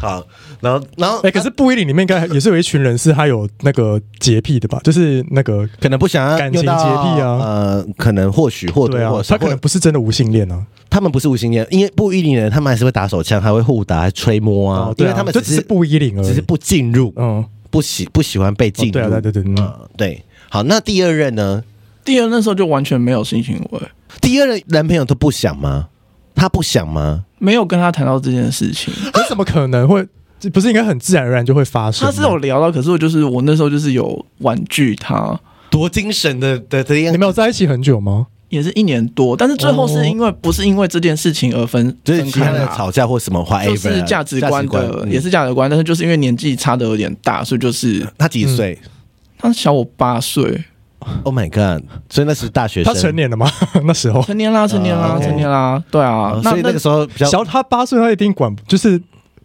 Speaker 2: 怕！
Speaker 1: 好，然后然后
Speaker 2: 哎、可是不一定里面应该也是有一群人是他有那个洁癖的吧？就是那个
Speaker 1: 可能不想要
Speaker 2: 感情
Speaker 1: 用到
Speaker 2: 洁癖啊
Speaker 1: 呃，可能或许或
Speaker 2: 对
Speaker 1: 多
Speaker 2: 啊
Speaker 1: 或，少，
Speaker 2: 他可
Speaker 1: 或
Speaker 2: 能不是真的无性恋啊。
Speaker 1: 他们不是无性恋，因为不一定的人，他们还是会打手枪，还会互打、还吹摸啊，
Speaker 2: 哦对啊
Speaker 1: 因为他们
Speaker 2: 就
Speaker 1: 只
Speaker 2: 只是不一零而已
Speaker 1: 只是不进入，
Speaker 2: 嗯，哦
Speaker 1: 不喜不喜欢被进入。
Speaker 2: 对啊，对对对，嗯
Speaker 1: 嗯对。好，那第二任呢？
Speaker 3: 第二那时候就完全没有性行为，
Speaker 1: 第二任男朋友都不想吗？他不想吗？
Speaker 3: 没有跟他谈到这件事情。
Speaker 2: 可是怎么可能会？这不是应该很自然而然就会发生吗？
Speaker 3: 他是有聊到，可是我就是我那时候就是有婉拒他，
Speaker 1: 多精神的的的样
Speaker 2: 你们有在一起很久吗？
Speaker 3: 也是一年多，但是最后是因为、不是因为这件事情而分
Speaker 1: 就是
Speaker 3: 分
Speaker 1: 其他
Speaker 3: 开
Speaker 1: 的
Speaker 3: 啦
Speaker 1: 吵架或什么话，
Speaker 3: 就是价值观的，也
Speaker 1: 是
Speaker 3: 是价值观，但是就是因为年纪差的有点大，所以就是
Speaker 1: 他几岁
Speaker 3: 他小我八岁，
Speaker 1: ？Oh my god！所以那是大学生，
Speaker 2: 他成年了吗？ 那时候
Speaker 3: 成年啦，成年
Speaker 1: 啊
Speaker 3: 啦，
Speaker 1: ，OK
Speaker 3: 成年啦，对啊
Speaker 1: 哦，
Speaker 3: 那
Speaker 1: 所以那个时候比较
Speaker 2: 小他八岁，他一定管，就是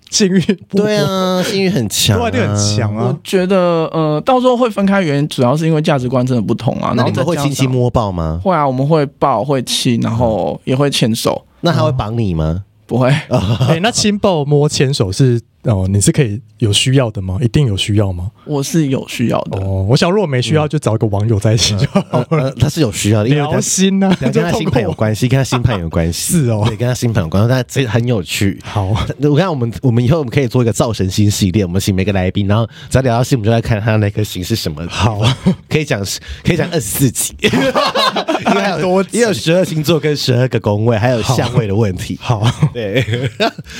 Speaker 2: 性欲
Speaker 1: 对，啊，性欲很强，
Speaker 2: 破坏力很强。啊
Speaker 3: 我。觉得呃，到时候会分开原因主要是因为价值观真的不同啊，
Speaker 1: 那
Speaker 3: 然后
Speaker 1: 你们会
Speaker 3: 再加
Speaker 1: 亲
Speaker 3: 上
Speaker 1: 亲摸抱吗？哦
Speaker 3: 会啊，我们会抱会亲，然后也会牵手，
Speaker 1: 那他会绑你吗？
Speaker 3: 不会，
Speaker 1: 哦啊
Speaker 2: 哎、那亲抱、摸、牵手是哦，你是可以有需要的吗？一定有需要吗？
Speaker 3: 我是有需要的，
Speaker 2: 哦，我想如果没需要，
Speaker 1: 嗯
Speaker 2: 就找一个网友在一起就好了。
Speaker 1: 呃，他是有需要的，因为
Speaker 2: 聊
Speaker 1: 他
Speaker 2: 心啊，
Speaker 1: 跟
Speaker 2: 就
Speaker 1: 他
Speaker 2: 通
Speaker 1: 星盘有
Speaker 2: 过
Speaker 1: 关系，跟他星盘有关系，
Speaker 2: 是哦
Speaker 1: 对，跟他星盘有关系，但这很有趣。
Speaker 2: 好，
Speaker 1: 我看我们，我们以后我们可以做一个造神星系列，我们请每个来宾，然后只要聊到星，我们就来看他那颗星是什么。
Speaker 2: 好，
Speaker 1: 可以讲，可以讲二十 四集，因为还
Speaker 2: 太
Speaker 1: 有
Speaker 2: 多
Speaker 1: 也有十二星座跟十二个宫位，还有相位的问题。
Speaker 2: 好，
Speaker 1: 对，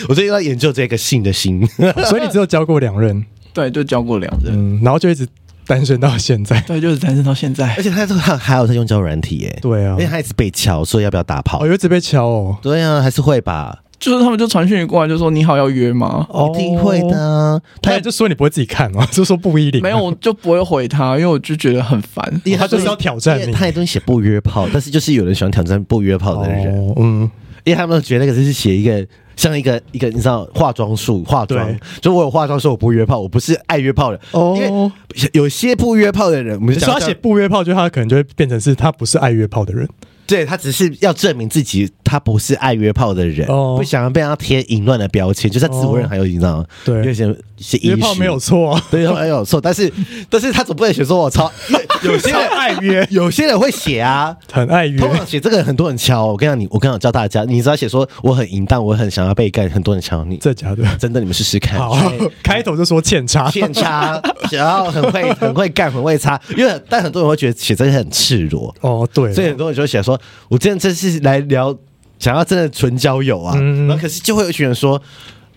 Speaker 1: 我最近要研究这个性的星，
Speaker 2: 所以你只有交过两任，
Speaker 3: 对，就交过两人，
Speaker 2: 嗯，然后就一直单身到现 在。
Speaker 3: 对，就是单身到现在
Speaker 1: 而，且他这个还还有在用交友软体耶，
Speaker 2: 对啊
Speaker 1: 因为，他一直被敲，所以要不要打炮
Speaker 2: 哦，？有一直被敲哦，
Speaker 1: 对啊，还是会吧，
Speaker 3: 就是他们就传讯过来，就说你好要约吗？
Speaker 2: 哦
Speaker 1: 一定会的。啊。
Speaker 2: 他
Speaker 1: 他
Speaker 2: 也就说你不会自己看嘛， 就说不一定。啊
Speaker 3: 没有，我就不会回他，因为我就觉得很烦。
Speaker 1: 因为
Speaker 2: 他就是
Speaker 1: 都
Speaker 2: 要挑战
Speaker 1: 因为
Speaker 2: 你
Speaker 1: 他也都写不约炮，但是就是有人喜欢挑战不约炮的人，
Speaker 2: 哦，嗯，
Speaker 1: 因为他们觉得那个就是写一个像一个一个你知道化妆术化妆
Speaker 2: 对，
Speaker 1: 就我有化妆说我不约炮，我不是爱约炮的，
Speaker 2: 哦
Speaker 1: 因为有些不约炮的人，我们
Speaker 2: 你
Speaker 1: 就
Speaker 2: 说
Speaker 1: 讲
Speaker 2: 他写不约炮，就他可能就会变成是他不是爱约炮的人。
Speaker 1: 对他只是要证明自己他不是爱约炮的人，
Speaker 2: 哦
Speaker 1: 不想要被他贴淫乱的标签，就是他自我认还有你知道吗？
Speaker 2: 对
Speaker 1: 有些一些
Speaker 2: 约
Speaker 1: 医
Speaker 2: 炮
Speaker 1: 师
Speaker 2: 没有。错啊，
Speaker 1: 对，没有错，但是但是他总不能写说 我超，因为有些人
Speaker 2: 爱约，
Speaker 1: 有些人会写啊，
Speaker 2: 很爱约。
Speaker 1: 通常写这个很多人敲，哦我跟你讲，你我刚刚教大家，你只要写说我很淫荡，我很想要被干，很多人敲你。
Speaker 2: 这假的？
Speaker 1: 真的，你们试试看。
Speaker 2: 好， 开头就说欠差，
Speaker 1: 欠插，然后很会很会干，很会插，因为但很多人会觉得写这个很赤裸，
Speaker 2: 哦，对，
Speaker 1: 所以很多人就会写说，我今天这是来聊，想要真的纯交友啊，
Speaker 2: 嗯
Speaker 1: 然后可是就会有一群人说，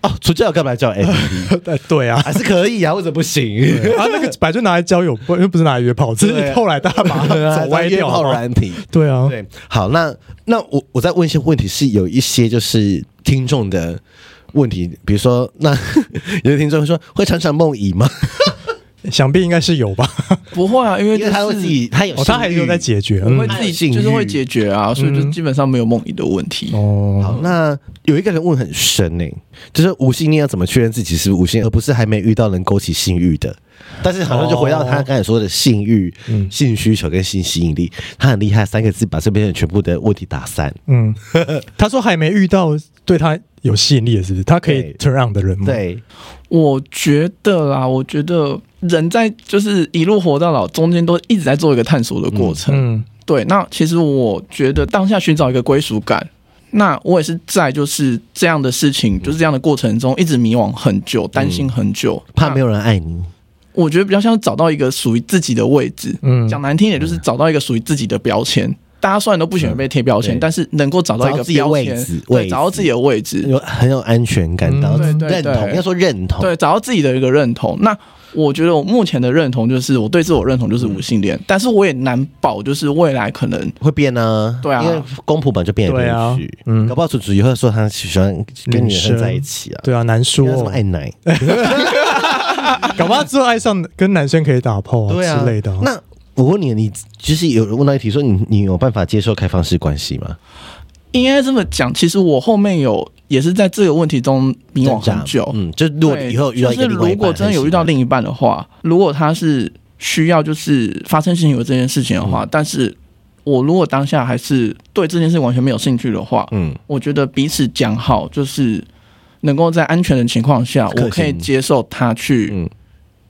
Speaker 1: 哦，纯交友干嘛叫 A P P？
Speaker 2: 呃 对啊，
Speaker 1: 还是可以啊，为什么不行？
Speaker 2: 啊，那个本来就拿来交友，不又不是拿来约炮，只
Speaker 1: 对啊
Speaker 2: 是后来大家 把它走歪
Speaker 1: 约
Speaker 2: 掉。哦
Speaker 1: 炮
Speaker 2: 好不好
Speaker 1: 软体，
Speaker 2: 对啊，
Speaker 1: 对，哦好，那那我我再问一些问题，是有一些就是听众的问题，比如说，那 有的听众会说会常常梦遗吗？
Speaker 2: 想必应该是 有吧。
Speaker 3: 不会啊，因为
Speaker 1: 因为他会
Speaker 3: 会
Speaker 1: 自己， 他有
Speaker 2: 哦，他还
Speaker 1: 性
Speaker 2: 是有
Speaker 1: 欲
Speaker 2: 在。解决。
Speaker 3: 会
Speaker 2: 嗯
Speaker 3: 自
Speaker 1: 性
Speaker 3: 己
Speaker 1: 欲
Speaker 3: 就是会解决啊，所以就基本上没有梦遗的问题。
Speaker 2: 哦，
Speaker 1: 嗯好，那有一个人问很深呢、就是无性恋要怎么确认自己是不是无性恋，而不是还没遇到能勾起性欲的。但是好像就回到他刚才说的性欲、
Speaker 2: 嗯
Speaker 1: 性需求跟性吸引力，他很厉害，三个字把这边的全部的问题打散。
Speaker 2: 嗯，他说还没遇到对他有吸引力的，是不是？他可以
Speaker 1: 对
Speaker 2: turn on 的人吗？，
Speaker 1: 对，
Speaker 3: 我觉得啦，我觉得人在就是一路活到老，中间都一直在做一个探索的过程。
Speaker 2: 嗯，
Speaker 3: 对，那其实我觉得当下寻找一个归属感，那我也是在就是这样的事情，就是这样的过程中一直迷惘很久，担
Speaker 2: 嗯
Speaker 3: 心很久，
Speaker 1: 怕没
Speaker 3: 有。
Speaker 1: 有人爱你。
Speaker 3: 我觉得比较像找到一个属于自己的位置，
Speaker 2: 嗯
Speaker 3: 讲难听一点，就是找到一个属于自己的标签。大家虽然都不喜欢被贴标签，
Speaker 1: 对
Speaker 3: 但是能够找到一
Speaker 1: 嗯找
Speaker 3: 个
Speaker 1: 到自己的
Speaker 3: 标
Speaker 1: 位
Speaker 3: 签
Speaker 1: 置，位
Speaker 3: 对，
Speaker 1: 置
Speaker 3: 找到自己的位置，
Speaker 1: 有很有安全感，
Speaker 2: 嗯
Speaker 1: 然后
Speaker 2: 对
Speaker 3: 对
Speaker 1: 认同，
Speaker 3: 对
Speaker 1: 要说认同，
Speaker 3: 对，找到自己的一个认同。那我觉得我目前的认同就是我对自我认同就是无性
Speaker 1: 嗯
Speaker 3: 恋，但是我也难保就是未来可能
Speaker 1: 会变呢，
Speaker 3: 对啊
Speaker 1: 因为公仆本就变来
Speaker 2: 对啊
Speaker 1: 变去，
Speaker 2: 嗯
Speaker 1: 搞不好主主以后说他喜欢跟
Speaker 2: 女
Speaker 1: 女生
Speaker 2: 生
Speaker 1: 在一起啊，
Speaker 2: 对啊，难
Speaker 1: 因为他什
Speaker 2: 说
Speaker 1: 么，爱奶，
Speaker 2: 搞不好之后爱上跟男生可以打炮
Speaker 3: 哦
Speaker 1: 对啊
Speaker 2: 之类的啊。
Speaker 1: 那我问你，你就是有人问到一题说你你有办法接受开放式关系吗？
Speaker 3: 应该这么讲。其实我后面有也是在这个问题中迷惘很久。
Speaker 1: 嗯，就如果
Speaker 3: 对
Speaker 1: 以后遇到一
Speaker 3: 就
Speaker 1: 个
Speaker 3: 是
Speaker 1: 另外
Speaker 3: 如
Speaker 1: 一半
Speaker 3: 果真的有遇到另一半的话，如果他是需要就是发生性行为这件事情的
Speaker 1: 嗯
Speaker 3: 话，但是我如果当下还是对这件事完全没有兴趣的话，
Speaker 1: 嗯，
Speaker 3: 我觉得彼此讲好，就是能够在安全的情况下，
Speaker 1: 可行
Speaker 3: 我可以接受他去，
Speaker 1: 嗯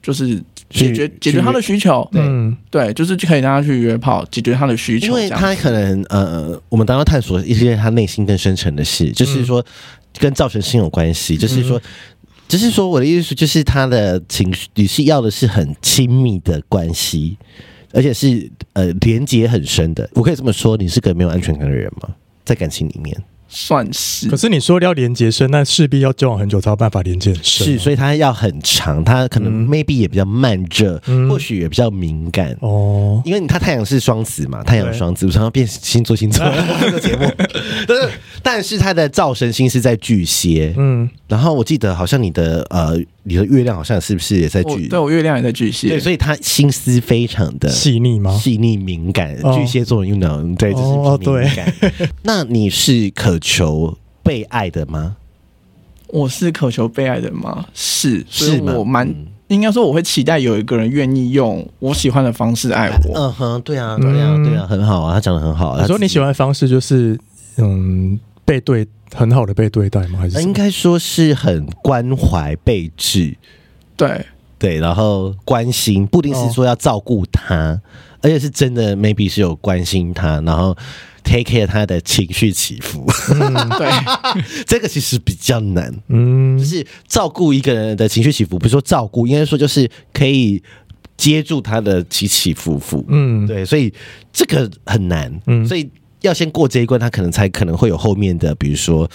Speaker 3: 就是解决
Speaker 1: 去
Speaker 3: 解决他的需求，
Speaker 1: 对
Speaker 2: 嗯，
Speaker 3: 对，就是可以让他去约炮，解决他的需
Speaker 1: 因
Speaker 3: 求，这
Speaker 1: 为
Speaker 3: 样。
Speaker 1: 他可能呃，我们当要探索一些他内心更深层的事，就是说跟造成性有关系，就是说。就是说，我的意思就是，他的情绪你是要的是很亲密的关系，而且是呃连接很深的。我可以这么说，你是个没有安全感的人吗？在感情里面
Speaker 3: 算是
Speaker 2: 可。是你说要连接深，那势必要交往很久才有办法连接很深啊。
Speaker 1: 是，所以他要很长，他可能 maybe 也比较慢热，
Speaker 2: 嗯
Speaker 1: 或许也比较敏感。
Speaker 2: 哦，
Speaker 1: 因为你看太阳是双子嘛，太阳双子，我常常变星座 星座这个节目，但是但是它的灶神星是在巨蟹，
Speaker 2: 嗯，
Speaker 1: 然后我记得好像你的呃你的月亮好像是不是也在
Speaker 3: 我
Speaker 1: 巨
Speaker 3: 对我月亮也在巨蟹，
Speaker 1: 对，所以他心思非常的
Speaker 2: 细腻吗？
Speaker 1: 细腻敏感，
Speaker 2: 哦
Speaker 1: 巨蟹座 you know 对，就是
Speaker 2: 哦
Speaker 1: 比较敏感。 那你是渴求被爱的吗？
Speaker 3: 我是渴求被爱的吗？是，所
Speaker 1: 是
Speaker 3: 以
Speaker 1: 吗？
Speaker 3: 我蛮、
Speaker 1: 嗯
Speaker 3: 应该说我会期待有一个人愿意用我喜欢的方式爱我。
Speaker 1: 嗯哼，对啊，对啊，
Speaker 2: 嗯
Speaker 1: 对啊，很好啊，他讲的很好啊。
Speaker 2: 你说你
Speaker 1: 他自己
Speaker 2: 喜欢的方式就是嗯被对很好的被对待吗？还是什
Speaker 1: 呃应
Speaker 2: 么
Speaker 1: 该说是很关怀备至，
Speaker 3: 对，
Speaker 1: 对，然后关心，不一定是说要照顾他，而且是真的，maybe 是有关心他，然后 take care 他的情绪起伏，
Speaker 3: 对，
Speaker 1: 这个其实比较难。
Speaker 2: 嗯
Speaker 1: 就是照顾一个人的情绪起伏，不是说照顾，应该说就是可以接住他的起起伏伏。
Speaker 2: 嗯
Speaker 1: 对，所以这个很难，
Speaker 2: 嗯
Speaker 1: 所以要先过这一关，他可能才可能会有后面的，比如说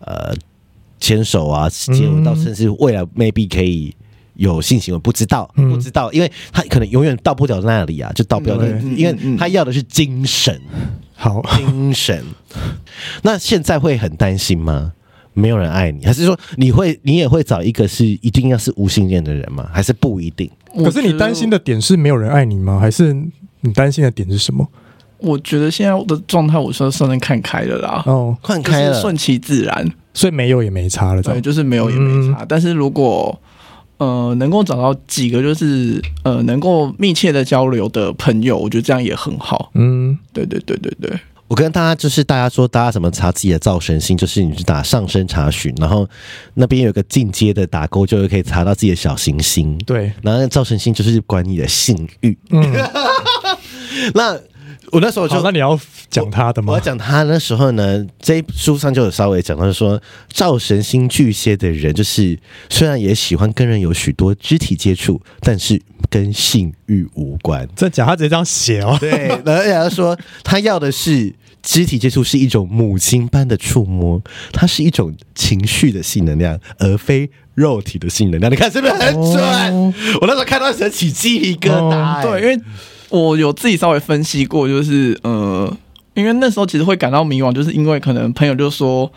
Speaker 1: 呃牵手啊、接吻到，
Speaker 2: 嗯
Speaker 1: 甚至未来 maybe 可以。有性行为不知道，
Speaker 2: 嗯
Speaker 1: 不知道，因为他可能永远到不了那里啊，就到不了那里，
Speaker 3: 嗯对
Speaker 1: 因为他要的是 精神，
Speaker 2: 好，
Speaker 1: 精神。那现在会很担心吗？没有人爱你，还是说你会你也会找一个是一定要是无性恋的人吗？还是不一定？
Speaker 2: 可是你担心的点是没有人爱你吗？还是你担心的点是什么？
Speaker 3: 我觉得现在我的状态，我说算是看开了啦，
Speaker 2: 哦，
Speaker 1: 看
Speaker 3: 就
Speaker 1: 开
Speaker 3: 是
Speaker 1: 了，
Speaker 3: 顺其自然。
Speaker 2: 所以没嗯有也没差了，这
Speaker 3: 对，
Speaker 2: 样
Speaker 3: 就是没有也没差。但是如果呃能够找到几个就是呃能够密切的交流的朋友，我觉得这样也很好。
Speaker 2: 嗯
Speaker 3: 对对对对对，
Speaker 1: 我跟大家就是大家说，大家怎么查自己的造神星，就是你去打上身查询，然后那边有个进阶的打勾，就可以查到自己的小行星。
Speaker 2: 对，
Speaker 1: 然后那造神星就是管你的性欲。
Speaker 2: 嗯，
Speaker 1: 那我那时候就
Speaker 2: 好，那你要讲他的
Speaker 1: 我
Speaker 2: 吗
Speaker 1: 要？讲他那时候呢，这一书上就有稍微讲到说，照神星巨蟹的人，就是虽然也喜欢跟人有许多肢体接触，但是跟性欲无关。
Speaker 2: 真假？他直接这样写哦，
Speaker 1: 对，然后他说他要的是肢体接触是一种母亲般的触摸，它是一种情绪的性能量，而非肉体的性能量。你看是不是很准？
Speaker 2: 哦
Speaker 1: 我那时候看到想起鸡皮疙瘩、欸
Speaker 3: 哦对，因为我有自己稍微分析过，就是呃，因为那时候其实会感到迷惘，就是因为可能朋友就说。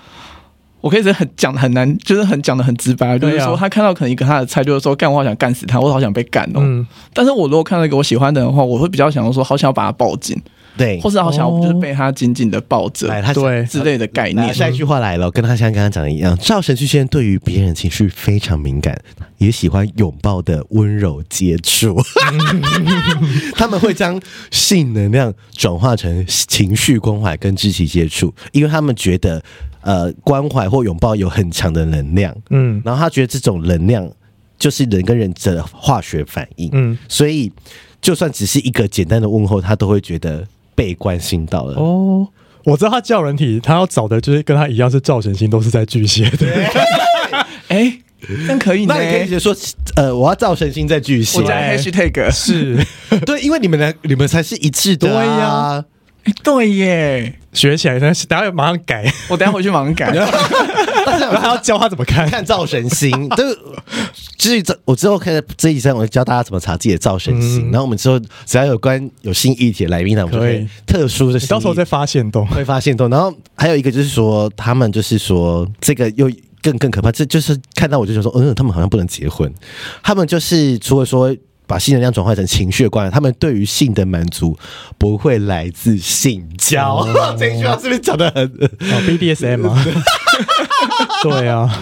Speaker 3: 我可以直接很讲得很难，就是很讲的很直白，就
Speaker 2: 对啊
Speaker 3: 是说他看到可能一个他的菜，就是说干我好想干死他，我好想被干哦。
Speaker 2: 嗯，
Speaker 3: 但是我如果看到一个我喜欢的人的话，我会比较想要说好想要把他抱紧，
Speaker 1: 对
Speaker 3: 或是好想要
Speaker 2: 哦
Speaker 3: 就是被他紧紧的抱着
Speaker 1: 来，他
Speaker 2: 对
Speaker 3: 之类的概
Speaker 1: 那
Speaker 3: 念。
Speaker 1: 下一句话来了，跟他像刚刚讲的一样，赵神巨蟹对于别人情绪非常敏感，也喜欢拥抱的温柔接 触。他们会将性能量转化成情绪关怀跟肢体接触，因为他们觉得呃关怀或拥抱有很强的能量，
Speaker 2: 嗯
Speaker 1: 然后他觉得这种能量就是人跟人的化学反应，
Speaker 2: 嗯，
Speaker 1: 所以就算只是一个简单的问候，他都会觉得被关心到了。
Speaker 2: 哦。我知道他叫人体，他要找的就是跟他一样是造神星，都是在巨蟹的。
Speaker 3: 哎、这样可以呢
Speaker 1: 那？你可以直接说，呃，我要造神星在巨蟹
Speaker 3: 我，加 hashtag
Speaker 2: 是，啊
Speaker 1: 对，因为你们俩你们才是一致的、啊
Speaker 2: 对
Speaker 1: 呀
Speaker 2: 呀、
Speaker 3: 哎，对耶，
Speaker 2: 学起来，但是大家马上改，
Speaker 3: 我等一下回去马上改。
Speaker 1: 但是
Speaker 2: 然后还要教 他怎么看。
Speaker 1: 看造神 星，就是就是这我之后看这一生，我就教大家怎么查自己的造神星。
Speaker 2: 嗯
Speaker 1: 然后我们之后只要有关有新议题的来宾呢，我们就
Speaker 2: 可以
Speaker 1: 会特殊的新
Speaker 2: 你
Speaker 1: 议，
Speaker 2: 到时候再发现动，
Speaker 1: 会发现到。然后还有一个就是说，他们就是说这个又。更更可怕，这就是看到我就想说，嗯，他们好像不能结婚。他们就是除了说把性能量转换成情绪的观念，他们对于性的满足不会来自性交。 这一句话是不是讲的很呃
Speaker 2: 哦，BDSM 啊，对啊，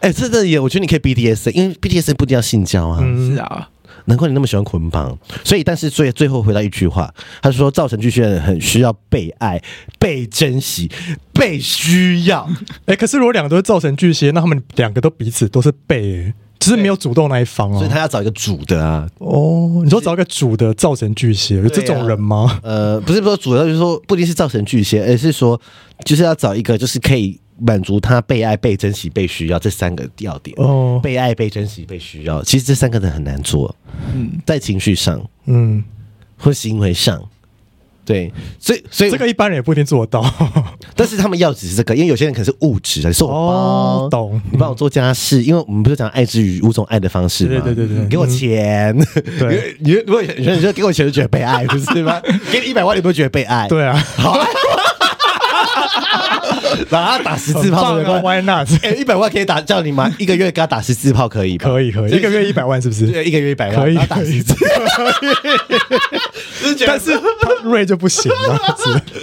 Speaker 1: 哎、真的耶！我觉得你可以 BDS，因为 BDS 不一定要性交啊。
Speaker 2: 嗯
Speaker 3: 是啊，
Speaker 1: 难怪你那么喜欢捆绑。所以，但是最最后回到一句话，他说造成巨蟹人很需要被爱、被珍惜、被需要。
Speaker 2: 哎、可是如果两个都是造成巨蟹，那他们两个都彼此都是被、欸，只是没有主动那一方
Speaker 1: 所以
Speaker 2: 哦。
Speaker 1: 他要找一个主的啊。
Speaker 2: 哦，你说找一个主的造成巨蟹，有这种人吗？
Speaker 1: 呃，不是说主的，就是说不一定是造成巨蟹，而是说就是要找一个就是可以满足他被爱、被珍惜、被需要这三个要点。
Speaker 2: 哦，
Speaker 1: 被爱、被珍惜、被需要，其实这三个人很难做，
Speaker 3: 嗯，
Speaker 1: 在情绪上
Speaker 2: 嗯，
Speaker 1: 或行为上。对，所以所以
Speaker 2: 这个一般人也不一定做得 到。
Speaker 1: 但是他们要只是这个，因为有些人可能是物质的，你说我
Speaker 2: 哦，
Speaker 1: 包。
Speaker 2: 懂。
Speaker 1: 你帮我做家事，因为我们不是讲爱之语五种爱的方式吗？
Speaker 2: 对对对对对
Speaker 1: 给我钱。
Speaker 2: 对
Speaker 1: 你，你如果有些人说给我钱就觉得被爱，不是 吗？给你一百万，你不会觉得被爱？，
Speaker 2: 对啊，
Speaker 1: 好，然后他打十字
Speaker 2: 很
Speaker 1: 炮
Speaker 2: 棒
Speaker 1: 没
Speaker 2: 啊
Speaker 1: 关
Speaker 2: ，Why
Speaker 1: 系。
Speaker 2: not？
Speaker 1: 哎，一百万可以打叫你吗？一个月给他打十字炮可以吧？
Speaker 2: 可以可以，一个月一百万是不是？
Speaker 1: 对，一个月一百万，
Speaker 2: 可以
Speaker 1: 然后打
Speaker 2: 可以
Speaker 1: 十字，就是觉得
Speaker 2: 但是他瑞就不行了， 是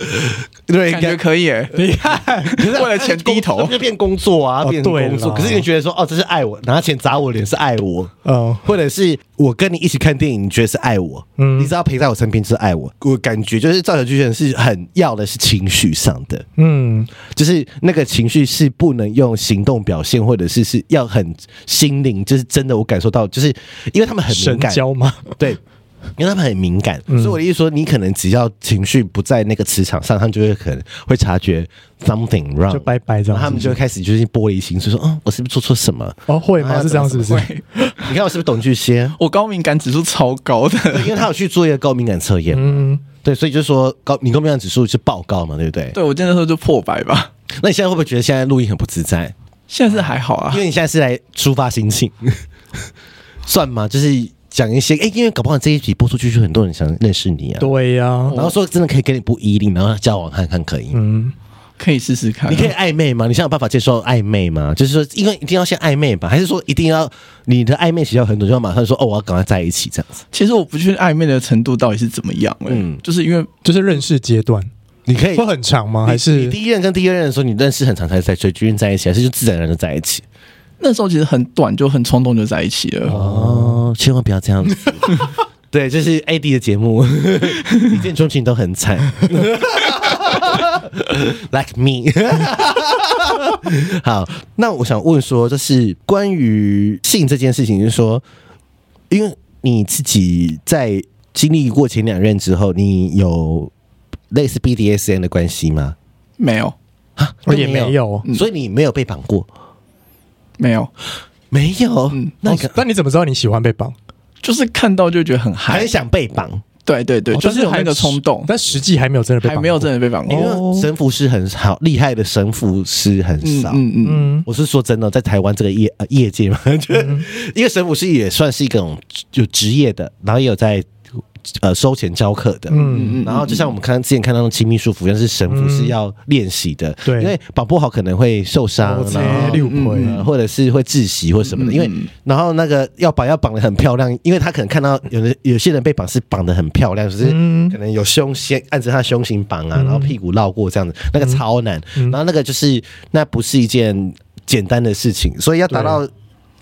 Speaker 1: 对，应
Speaker 3: 感
Speaker 1: 该
Speaker 3: 觉可以耶。
Speaker 2: 你看，
Speaker 3: 为了钱低头
Speaker 1: 那就变工作啊，
Speaker 2: 哦
Speaker 1: 变工作。
Speaker 2: 对啦
Speaker 1: 可是你觉得说，哦，这是爱我，拿钱砸我脸是爱我，
Speaker 2: 哦，
Speaker 1: 或者是我跟你一起看电影，你觉得是爱我，
Speaker 2: 嗯
Speaker 1: 你只要陪在我身边就是爱我。我感觉就是造成巨蟹人是很要的是情绪上的，
Speaker 2: 嗯，
Speaker 1: 就是那个情绪是不能用行动表现，或者是是要很心灵，就是真的我感受到，就是因为他们很敏
Speaker 2: 神
Speaker 1: 感，嗯
Speaker 2: 交嗯吗？
Speaker 1: 对，因为他们很敏感，所以我的意思说，你可能只要情绪不在那个磁场上，他们就会可能会察觉 something wrong，
Speaker 2: 就拜拜这样
Speaker 1: 然后他们
Speaker 2: 是
Speaker 1: 就
Speaker 2: 不
Speaker 1: 会开始就是玻璃心，就说，哦，我是不是做错什么？
Speaker 2: 哦，会吗？是这样是不是？
Speaker 3: 会，
Speaker 1: 你看我是不是懂巨 蟹？
Speaker 3: 我高敏感指数超高 的。
Speaker 1: 因为他有去做一个高敏感测验，
Speaker 2: 嗯，
Speaker 1: 对，所以就说高你高敏感指数是报告嘛，对不对？
Speaker 3: 对我记得那时候就破百吧，
Speaker 1: 那你现在会不会觉得现在录音很不自在？
Speaker 3: 现在是还好啊
Speaker 1: 因。为你现在是来抒发心情， 算吗？就是讲一些，哎、因为搞不好这一集播出去，就很多人想认识你啊。
Speaker 2: 对呀，
Speaker 1: 然后说真的可以跟你不依恋，然后交往看看可以。
Speaker 2: 嗯，
Speaker 3: 可以试试看。啊
Speaker 1: 你可以暧昧吗？你现在有办法接受暧昧吗？就是说，因为一定要先暧昧吧，还是说一定要你的暧昧期要很短，就要马上说哦，我要赶快在一起这样子？
Speaker 3: 其实我不确定暧昧的程度到底是怎么样、欸，
Speaker 1: 嗯
Speaker 3: 就是因为
Speaker 2: 就是认识阶段
Speaker 1: 你可以
Speaker 2: 会很长吗？还
Speaker 1: 你
Speaker 2: 是
Speaker 1: 第一任跟第二任的时候，你认识很长才才决定在一起，还是就自然而然就在一起？
Speaker 3: 那时候其实很短，就很冲动就在一起了。
Speaker 1: 哦，千万不要这样子。 对，这是 AD 的节目， 一见钟情都很惨 ，like me 。 好，那我想问说，就是关于性这件事情，就是说，因为你自己在经历过前两任之后，你有类似 BDSN 的关系吗？
Speaker 3: 没有，
Speaker 1: 啊，
Speaker 2: 哦
Speaker 1: 都
Speaker 2: 也没有
Speaker 1: 有，所以你没有被绑过，
Speaker 3: 没有，
Speaker 1: 没有。
Speaker 3: 嗯
Speaker 2: 哦
Speaker 1: 那你可
Speaker 2: 那你怎么知道你喜欢被绑？
Speaker 3: 就是看到就觉得很嗨
Speaker 1: 很。想被绑，
Speaker 3: 对对对，
Speaker 2: 哦
Speaker 3: 就
Speaker 2: 但
Speaker 3: 是有那个冲动，
Speaker 2: 但实际还没有真的被绑
Speaker 3: 还
Speaker 2: 过，
Speaker 3: 没有真的被绑
Speaker 1: 因
Speaker 3: 过。
Speaker 1: 为神父师很好，厉害的神父师很
Speaker 3: 哦嗯
Speaker 1: 少。
Speaker 3: 嗯嗯，
Speaker 2: 嗯，
Speaker 1: 我是说真的，在台湾这个业、呃、业界嘛， 就、因为神父师也算是一种有职业的，然后也有在呃收钱教课的。
Speaker 2: 嗯
Speaker 1: 然后就像我们看之前看到那种亲密束缚，但是神父是要练习的，
Speaker 2: 嗯对
Speaker 1: 因为绑不好可能会受伤，
Speaker 2: 我直
Speaker 1: 然
Speaker 2: 接六
Speaker 1: 后
Speaker 2: 回
Speaker 1: 呃，或者是会窒息或什么的，
Speaker 2: 嗯
Speaker 1: 因为然后那个要绑要绑的很漂亮，因为他可能看到有的有些人被绑是绑的很漂亮，就是
Speaker 2: 嗯
Speaker 1: 可能有胸先按着他的胸型绑啊，然后屁股绕过这样子，那
Speaker 2: 嗯
Speaker 1: 个超难，
Speaker 3: 嗯
Speaker 1: 然后那个就是那不是一件简单的事情，所以要达到。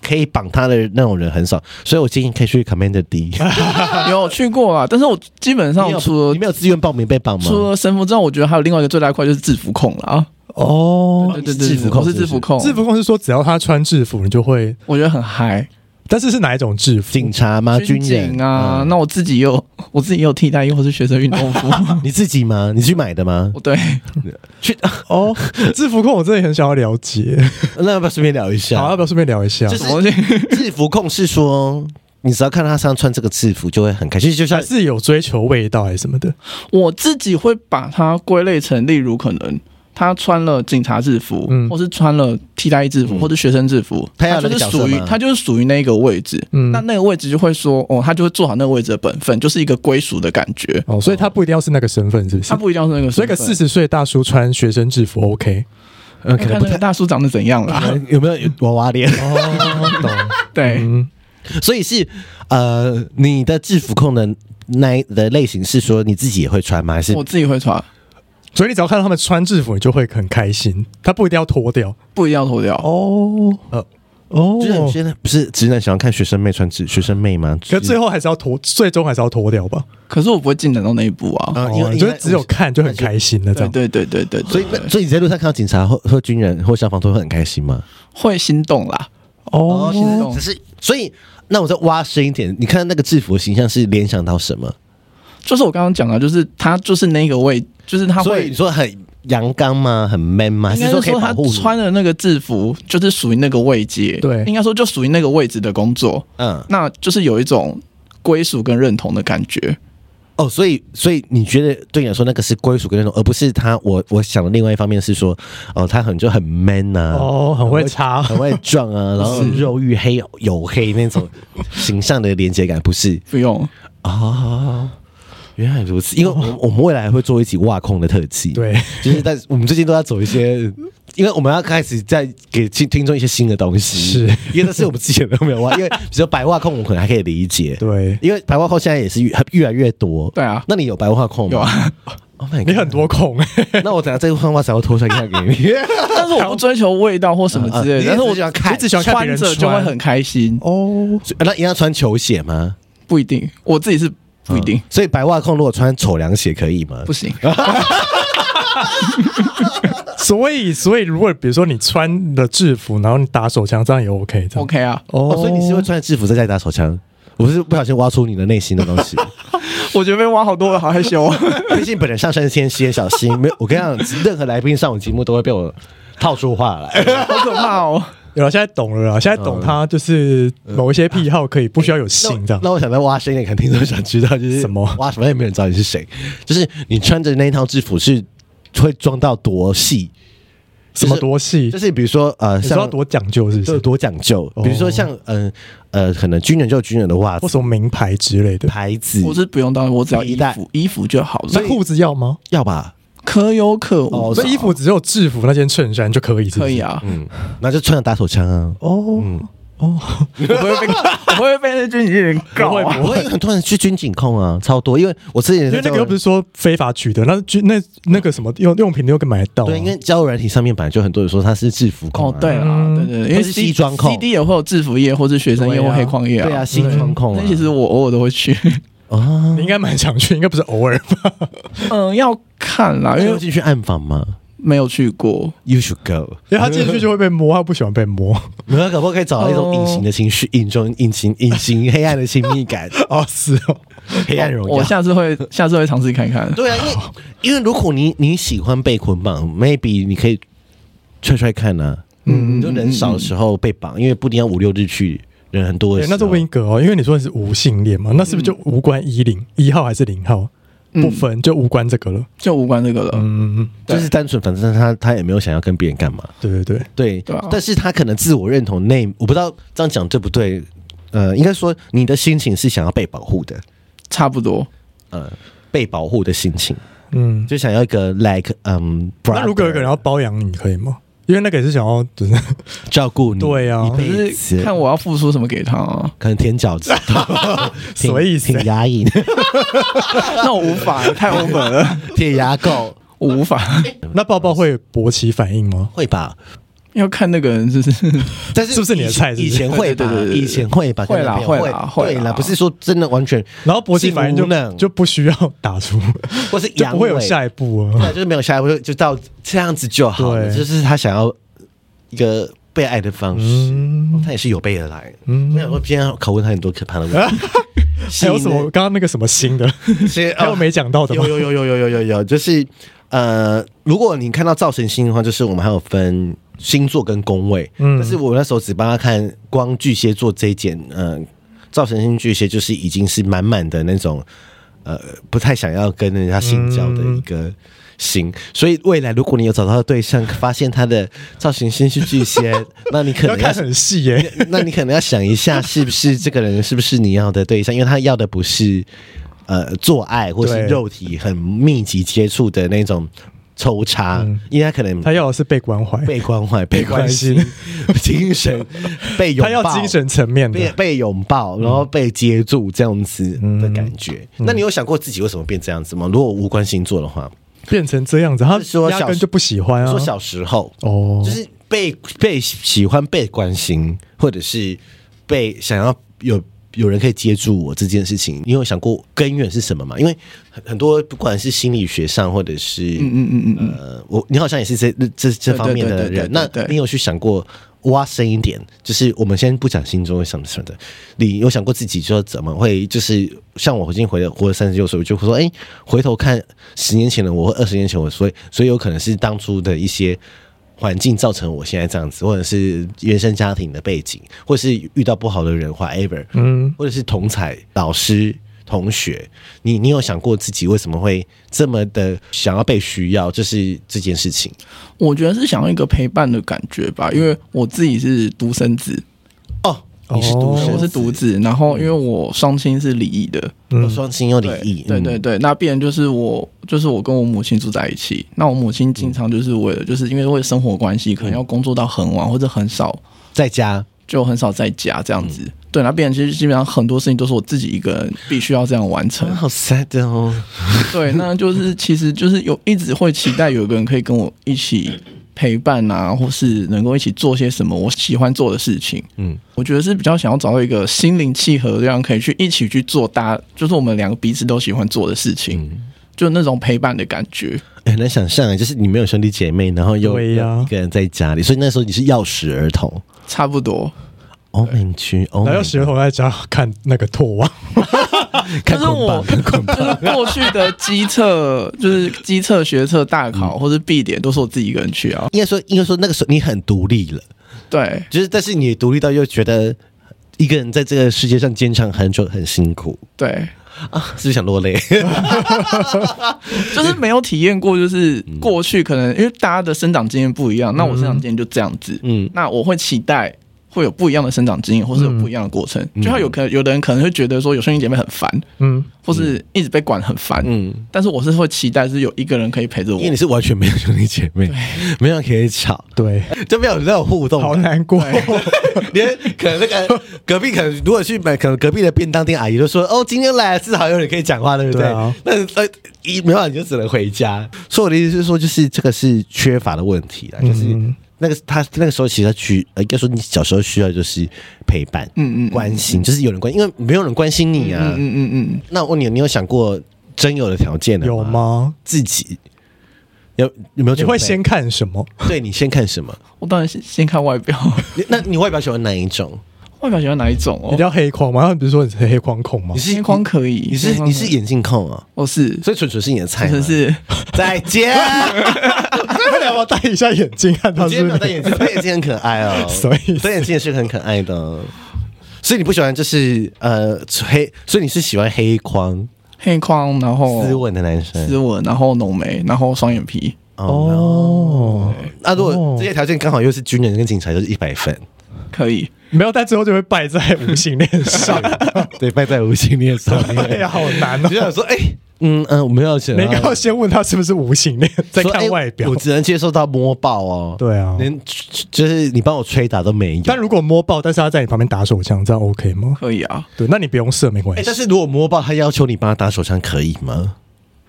Speaker 1: 可以绑他的那种人很少，所以我建议可以去 Commander D。
Speaker 3: 有去过啊，但是我基本
Speaker 1: 嗯你
Speaker 3: 上
Speaker 1: 有
Speaker 3: 除
Speaker 1: 你
Speaker 3: 了
Speaker 1: 没有自愿报名被绑吗？
Speaker 3: 除了神符之外，我觉得还有另外一个最大块就是制服控了啊。
Speaker 2: 哦，
Speaker 3: 对对对，
Speaker 1: 制服控
Speaker 3: 我是制服控，
Speaker 2: 制服控是说只要他穿制服，你就会，
Speaker 3: 我觉得很嗨。
Speaker 2: 但是是哪一种制服？
Speaker 1: 警察吗？军人
Speaker 3: 警啊，
Speaker 1: 嗯
Speaker 3: 那我自己也有 我自己也有替代衣或是学生运动服。
Speaker 1: 你自己吗？你去买的吗？
Speaker 3: 我对，
Speaker 1: 去，
Speaker 2: 哦， 制服控我真的很想要了解，
Speaker 1: 那要不要顺便聊一
Speaker 2: 好，
Speaker 3: 啊
Speaker 1: 下
Speaker 2: 要？不要顺便聊一下
Speaker 1: 就？
Speaker 3: 什么东西？
Speaker 1: 制服控是说你只要看到他身上穿这个制服，就会很开心。就
Speaker 2: 还
Speaker 1: 像
Speaker 2: 是有追求味道还是什么的？
Speaker 3: 我自己会把它归类成，例如可能他穿了警察制服，
Speaker 2: 嗯
Speaker 3: 或是穿了替代役制服，或是学生制服，
Speaker 1: 他要有
Speaker 3: 就是
Speaker 1: 嗯那个角色
Speaker 3: 属于
Speaker 1: 吗
Speaker 3: 他就是属于那个位置。
Speaker 2: 嗯
Speaker 3: 那那个位置就会说，哦，他就会做好那个位置的本分，就是一个归属的感觉。
Speaker 2: 哦，所以他不一定要是那个身份，是不是
Speaker 3: 他？不一定要是那个身份，
Speaker 2: 所以个四十岁大叔穿学生制服 OK
Speaker 1: 呃，可
Speaker 3: 看
Speaker 1: 能
Speaker 3: 那
Speaker 1: 不
Speaker 3: 个
Speaker 1: 太嗯
Speaker 3: 大叔长得怎样啦。
Speaker 1: 有没有娃娃脸，
Speaker 2: 哦，懂，
Speaker 3: 对，
Speaker 2: 嗯，
Speaker 1: 所以是呃，你的制服控的那一的类型是说你自己也会穿吗？还是
Speaker 3: 我自己会穿，
Speaker 2: 所以你只要看到他们穿制服，你就会很开心，他不一定要脱掉
Speaker 3: 不一定要脱掉。
Speaker 2: 哦，呃，哦
Speaker 1: 就是有些人不是直男喜欢看学生妹穿制学生妹吗？
Speaker 2: 可最后还是要脱，最终还是要脱掉吧。
Speaker 3: 可是我不会进展到那一步啊。
Speaker 1: 啊，
Speaker 2: 哦
Speaker 1: 因为
Speaker 2: 你就是只有看就很开心了，这
Speaker 3: 对
Speaker 2: 样。
Speaker 3: 对对对对，对
Speaker 1: 所以
Speaker 3: 对
Speaker 1: 那所以你在路上看到警察或或军人或消防都会很开心吗？
Speaker 3: 会心动啦。
Speaker 2: 哦
Speaker 3: 心动
Speaker 1: 只是所以那我再挖深一点，你看那个制服的形象是联想到什么？
Speaker 3: 就是我刚刚讲的，就是他就是那个位，就是他
Speaker 1: 所以
Speaker 3: 会
Speaker 1: 你，说很阳刚吗？很 man 吗？还
Speaker 3: 应该
Speaker 1: 是
Speaker 3: 是
Speaker 1: 可以
Speaker 3: 说
Speaker 1: 保
Speaker 3: 他
Speaker 1: 护你？
Speaker 3: 穿的那个制服就是属于那个位阶，
Speaker 2: 对
Speaker 3: 应该说就属于那个位置的工作，
Speaker 1: 嗯
Speaker 3: 那就是有一种归属跟认同的感觉。
Speaker 1: 哦，所以所以你觉得对你来说那个是归属跟那种，而不是他我我想的另外一方面是说，哦，他很就很 man 啊，
Speaker 2: 哦，很会擦，
Speaker 1: 很会撞 啊，然后肉欲黑黝黑那种形象的连接感，不是
Speaker 3: 不用，
Speaker 1: 啊、原来如此，因为我们我们未来会做一起挖空的特 辑，，
Speaker 2: 对，
Speaker 1: 就是但是我们最近都在走一些，因为我们要开始在给听听众一些新的东西，
Speaker 2: 是
Speaker 1: 因为那是我们之前都没有啊挖，因为比如说白袜控，我们可能还可以理解，
Speaker 2: 对
Speaker 1: 因为白袜控现在也是越越来越多，
Speaker 3: 对啊
Speaker 1: 那你有白袜控吗？
Speaker 3: 有啊，
Speaker 1: Oh my God，
Speaker 2: 你很多孔，
Speaker 1: 那我等下这换袜子要脱下来看给你。
Speaker 3: 但是我不追求味道或什么之类
Speaker 1: 嗯嗯
Speaker 3: 的，但是
Speaker 1: 你只喜欢
Speaker 3: 我
Speaker 1: 看
Speaker 2: 你只喜欢看别
Speaker 3: 穿
Speaker 2: 人
Speaker 3: 着就会
Speaker 2: 穿
Speaker 3: 很开心。
Speaker 2: 哦，
Speaker 1: 那一样穿球鞋吗？
Speaker 3: 不一定，我自己是不一定
Speaker 1: 嗯，所以白袜控如果穿丑凉鞋可以吗
Speaker 3: 不？行。
Speaker 2: 所以所以如果比如说你穿了制服，然后你打手枪，这样也 OK，这样
Speaker 3: OK 啊，
Speaker 1: 哦，所以你是会穿着制服在家里打手枪？我是不小心挖出你的内心的东 西。
Speaker 3: 我觉得被挖好多了，好害羞哦。
Speaker 1: 毕竟本人上升天蝎，小心没有。我跟你讲，任何来宾上我节目都会被我套出话来。
Speaker 3: 好可怕哦！
Speaker 2: 有了，现在懂了啦，现在懂
Speaker 1: 嗯
Speaker 2: 他就是某一些癖好可以不需要有性这
Speaker 1: 那我
Speaker 2: 样。
Speaker 1: 那我想再挖深一点，肯定都想知道，就 是
Speaker 2: 什么
Speaker 1: 挖什么也没人知道你是谁。就是你穿着那一套制服是会装到多细？
Speaker 2: 什么多细
Speaker 1: 就，是比如说呃，
Speaker 2: 你知道
Speaker 1: 像
Speaker 2: 多讲究是不
Speaker 1: 这有
Speaker 2: 是？
Speaker 1: 多讲究。
Speaker 2: 哦
Speaker 1: 比如说像嗯呃可能军人就有军人的袜
Speaker 2: 或
Speaker 1: 子、
Speaker 2: 什么名牌之类的。
Speaker 1: 牌子，
Speaker 3: 我是不用到，我只要
Speaker 1: 皮
Speaker 3: 衣
Speaker 1: 带
Speaker 3: 服，衣服就好了
Speaker 2: 那。裤子要吗？
Speaker 1: 要吧？
Speaker 3: 可有可无，
Speaker 1: 哦
Speaker 2: 所以衣服只有制服那件衬衫就可以，是不
Speaker 3: 可
Speaker 2: 是
Speaker 3: 以。啊。
Speaker 1: 嗯，那就穿着打手枪啊。
Speaker 2: 哦
Speaker 3: 我会被，我会被那军人告啊。
Speaker 1: 我有很多人去军警控啊，超多，因为我之前
Speaker 2: 因为那个又不
Speaker 1: 是
Speaker 2: 是说非法取得，那军那那个什么用用品又可以买得到啊。
Speaker 1: 对，因为交友软体上面本来就很多人说他是制服控、
Speaker 3: 哦
Speaker 1: 啊，，
Speaker 3: 对啦，
Speaker 2: 嗯
Speaker 3: 对对，对因为
Speaker 1: 都是
Speaker 3: C-
Speaker 1: 西装控
Speaker 3: CD 也会有制服业或是学生业
Speaker 2: 对
Speaker 3: 或
Speaker 2: 啊
Speaker 3: 黑框业
Speaker 1: 对啊，
Speaker 3: 啊。
Speaker 1: 西装控、啊
Speaker 3: 那，其实我偶尔都会去，
Speaker 1: 啊，
Speaker 2: 你应该蛮想去，应该不是偶尔 吧？
Speaker 3: 嗯，要看啦，
Speaker 1: 因
Speaker 3: 因
Speaker 1: 为
Speaker 3: 为
Speaker 1: 进去暗访嘛
Speaker 3: 没有去过。
Speaker 1: ，You should go。
Speaker 2: 因为他进去就会被摸，他不喜欢被摸。
Speaker 1: 没有，可啊不可以找到一种隐形的情绪，隐中隐形隐形黑暗的亲密感，
Speaker 2: 哦，是哦，
Speaker 1: 黑暗荣
Speaker 3: 我
Speaker 1: 耀。
Speaker 3: 下次会，下次会尝试看看。
Speaker 1: 对啊，因为因为如果你你喜欢被捆绑，maybe 你可以踹踹看啊。嗯，你就人少的时候被绑，因为不一定要五六日去，人很多的
Speaker 2: 对，
Speaker 1: 时候。
Speaker 2: 那是温格哦，因为你说的是无性恋
Speaker 1: 嗯
Speaker 2: 嘛，那是不是就无关一零一号还是零号不分，就无关这个了？
Speaker 3: 就无关这个了，
Speaker 2: 嗯，
Speaker 1: 就是单纯，反正他他也没有想要跟别人干嘛。
Speaker 2: 对对对，
Speaker 1: 对，
Speaker 3: 对啊
Speaker 1: 但是他可能自我认同内，我不知道这样讲对不对。呃，应该说你的心情是想要被保护的，
Speaker 3: 差不多。
Speaker 1: 呃，被保护的心情，
Speaker 2: 嗯。
Speaker 1: 就想要一个 like 嗯、
Speaker 2: 那如果有一个人要包养你，可以吗？因为那个也是想要， 就是
Speaker 1: 照顾你，
Speaker 2: 对啊
Speaker 1: 一
Speaker 3: 可
Speaker 1: 辈子
Speaker 3: 是看我要付出什么给他啊，
Speaker 1: 可能舔 脚趾头，
Speaker 2: 什么意思
Speaker 1: 舔牙龈，
Speaker 3: 那我无法，太 over 了，
Speaker 1: 舔牙垢，
Speaker 3: 我 无法。
Speaker 2: 那抱抱会勃起反应吗？
Speaker 1: 会吧？
Speaker 3: 要看那个人是不是
Speaker 1: 但是
Speaker 2: 是不是你的
Speaker 1: 以前
Speaker 2: 菜是不
Speaker 1: 以
Speaker 2: 是
Speaker 1: 前会吧
Speaker 3: 对对对对，对
Speaker 1: 以前会吧，
Speaker 3: 会啦
Speaker 1: 可能
Speaker 3: 会啦会
Speaker 1: 对
Speaker 3: 啦
Speaker 1: 啦，不是说真的完全，
Speaker 2: 然后勃起反应
Speaker 1: 性无能
Speaker 2: 就就不需要打出，
Speaker 1: 或是
Speaker 2: 就
Speaker 1: 阳
Speaker 2: 不会有
Speaker 1: 痿
Speaker 2: 下一步
Speaker 1: 对啊，
Speaker 2: 啊。
Speaker 1: 就是没有下一步，就就到这样子就好了。
Speaker 2: 对
Speaker 1: 就是他想要一个被爱的方式，
Speaker 2: 嗯
Speaker 1: 他也是有备而来。
Speaker 2: 嗯
Speaker 1: 我想说，今天要拷问他很多可怕的问题，
Speaker 2: 还有什么？刚刚那个什么新的，
Speaker 1: 是
Speaker 2: 还呃有没讲到的吗
Speaker 1: 有？有有有有有有有，就是呃，如果你看到造神星的话，就是我们还有分星座跟宫位，
Speaker 2: 嗯
Speaker 1: 但是我那时候只帮他看光巨蟹座这一件，嗯、造成性巨蟹就是已经是满满的那种呃不太想要跟人家性交的一个心，所以未来如果你有找到的对象，发现他的造型先是巨蟹，那你可
Speaker 2: 要
Speaker 1: 能
Speaker 2: 看很细耶、
Speaker 1: 那你可能要想一下，是不是这个人是不是你要的对象？因为他要的不是呃做爱或是
Speaker 2: 对
Speaker 1: 肉体很密集接触的那种抽插，因为他可能
Speaker 2: 嗯他要的是被关怀，
Speaker 1: 被关 怀、被关
Speaker 2: 关
Speaker 1: 心、精 神被拥
Speaker 2: 他
Speaker 1: 抱，
Speaker 2: 要精神层面
Speaker 1: 被
Speaker 2: 的。嗯
Speaker 1: 被拥抱，然后被接住这样子的感觉。那你有想过自己为什么变这样子吗？如果无关星座的话，
Speaker 2: 变成这样子，他
Speaker 1: 说小
Speaker 2: 压根就不喜欢啊
Speaker 1: 说。小时候
Speaker 2: 哦，
Speaker 1: 就是被被喜欢、被关心，或者是被想要有有人可以接住我这件事情，你有想过根源是什么吗？因为很很多不管是心理学上，或者是
Speaker 3: 嗯嗯嗯嗯嗯，
Speaker 1: 呃，我你好像也是这这这方面的
Speaker 3: 对对对
Speaker 1: 人
Speaker 3: 对，
Speaker 1: 那
Speaker 3: 对对
Speaker 1: 你有去想过挖深一点？就是我们先不讲心中什么什么的，你有想过自己说怎么会？就是像我已经回了活了三十六岁，我就会说，哎、回头看十年前的我或二十年前我，所以所以有可能是当初的一些。环境造成我现在这样子，或者是原生家庭的背景，或是遇到不好的人，whatever，
Speaker 2: 嗯，
Speaker 1: 或者是同才、老师、同学，你你有想过自己为什么会这么的想要被需要？就是这件事情，
Speaker 3: 我觉得是想要一个陪伴的感觉吧，因为我自己是独生子，
Speaker 1: 你是独
Speaker 2: 哦
Speaker 1: 生子，
Speaker 3: 我是独子，然后因为我双亲是离异的，
Speaker 2: 嗯
Speaker 1: 有双亲又离异，
Speaker 3: 对对对
Speaker 1: 嗯，
Speaker 3: 对，那必然就是我，就是我跟我母亲住在一起。那我母亲经常就是为了，就是因为为了生活关系，可能要工作到很晚，或者很少，
Speaker 1: 在家
Speaker 3: 就很少在家这样子。
Speaker 1: 嗯
Speaker 3: 对，那必然其实基本上很多事情都是我自己一个人必须要这样 完成
Speaker 1: 啊。好 sad 哦，
Speaker 3: 对，那就是其实就是有一直会期待有一个人可以跟我一起陪伴啊，或是能够一起做些什么我喜欢做的事情。
Speaker 1: 嗯，
Speaker 3: 我觉得是比较想要找到一个心灵契合，这样可以去一起去做大，就是我们两个彼此都喜欢做的事情，就那种陪伴的感觉。
Speaker 1: 哎很难想象，就是你没有兄弟姐妹，然后又
Speaker 2: 对呀
Speaker 1: 又一个人在家里，所以那时候你是钥匙儿童。哦
Speaker 3: 差不多，
Speaker 1: 欧美区，欧美
Speaker 2: 然后石头在家看那个拓网，
Speaker 1: 看
Speaker 3: 就是
Speaker 1: 捆
Speaker 3: 我
Speaker 1: 绑，看捆
Speaker 3: 就是
Speaker 1: 绑，
Speaker 3: 过去的机测，就是机测、学测、大考或是必点，都是我自己一个人去啊。
Speaker 1: 应该说应该说那个时候你很独立了。
Speaker 3: 对，
Speaker 1: 就是，但是你独立到又觉得一个人在这个世界上坚强很久很辛苦
Speaker 3: 对，
Speaker 1: 啊，是不是想落 泪？
Speaker 3: 就是没有体验过，就是过去可能因为大家的生长经验不一样，那我生长经验就这样子，
Speaker 1: 嗯，
Speaker 3: 那我会期待会有不一样的生长经验，或是有不一样的过程。就像有可能有的人可能会觉得说有兄弟姐妹很烦，
Speaker 2: 嗯，
Speaker 3: 或是一直被管很烦，
Speaker 1: 嗯，
Speaker 3: 但是我是会期待是有一个人可以陪着我
Speaker 1: 因为。你是完全没有兄弟姐妹，没有人可以吵，
Speaker 2: 对，
Speaker 1: 就没有那种互动
Speaker 2: 好
Speaker 1: 感。
Speaker 2: 难过。
Speaker 1: 连可能那个隔壁，可能如果去买，可能隔壁的便当店阿姨就说：“哦，今天来至少有人可以讲话，对不对？”
Speaker 2: 对啊
Speaker 1: 那呃，一没办法，你就只能回家。所以我的意思是说，就是这个是缺乏的问题啦，就是
Speaker 2: 嗯
Speaker 1: 那个他那个时候其实他需，呃，应该说你小时候需要的就是陪伴，
Speaker 3: 嗯嗯嗯
Speaker 1: 关心，就是有人关，因为没有人关心你啊。
Speaker 3: 嗯嗯嗯嗯，
Speaker 1: 那我问你，你有想过真有的条件了
Speaker 2: 有
Speaker 1: 吗？
Speaker 2: 吗？
Speaker 1: 自己有有没有
Speaker 2: 你
Speaker 1: 准备？
Speaker 2: 会先看什么？
Speaker 1: 对你先看什么？
Speaker 3: 我当然先先看 外表，
Speaker 1: 你那你外表喜欢哪一种？
Speaker 3: 外表喜欢哪一种
Speaker 2: 一
Speaker 3: 哦
Speaker 2: 定？要黑框吗？他们 不是说你是黑框控吗
Speaker 1: 你？是
Speaker 3: 天框可以，
Speaker 1: 你是
Speaker 3: 天
Speaker 1: 你
Speaker 3: 框可
Speaker 1: 是
Speaker 3: 以
Speaker 1: 眼镜控啊，
Speaker 3: 我是，
Speaker 1: 所以纯纯是你的菜吗。
Speaker 3: 真是
Speaker 1: 再 见。
Speaker 2: 他们要不要戴一下眼镜看他
Speaker 1: 我今
Speaker 2: 是
Speaker 1: 天
Speaker 2: 不
Speaker 1: 没有戴
Speaker 2: 是？
Speaker 1: 眼镜，戴眼镜很可爱哦。
Speaker 2: 什么意思
Speaker 1: 戴眼镜也是很可爱的哦。所以你不喜欢就是呃黑，所以你是喜欢黑框
Speaker 3: 黑框，然后
Speaker 1: 斯文的男
Speaker 3: 哦斯
Speaker 1: 生
Speaker 3: 文，然后浓眉，然后双眼皮，
Speaker 1: 哦。
Speaker 2: 哦，
Speaker 1: 那啊如果
Speaker 2: 哦
Speaker 1: 这些条件刚好又是军人跟警察，就是一百分。
Speaker 3: 可以。
Speaker 2: 没有戴之后就会败在无性恋上。
Speaker 1: 对，败在无情恋上面。
Speaker 2: 哎呀，好难
Speaker 1: 你
Speaker 2: 哦
Speaker 1: 就！想说，哎、 嗯嗯，我没有想
Speaker 2: 你
Speaker 1: 到，
Speaker 2: 应该要先问他是不是无性恋，再
Speaker 1: 说
Speaker 2: 看
Speaker 1: 哎
Speaker 2: 外表
Speaker 1: 我。只能接受到摸爆哦。
Speaker 2: 对啊
Speaker 1: 连就是你帮我吹打都没有。
Speaker 2: 但如果摸爆，但是他在你旁边打手枪，这样 OK 吗？
Speaker 3: 可以啊，
Speaker 2: 对，那你不用射没
Speaker 1: 哎、
Speaker 2: 关系
Speaker 1: 但。是如果摸爆，他要求你帮他打手枪，可以吗？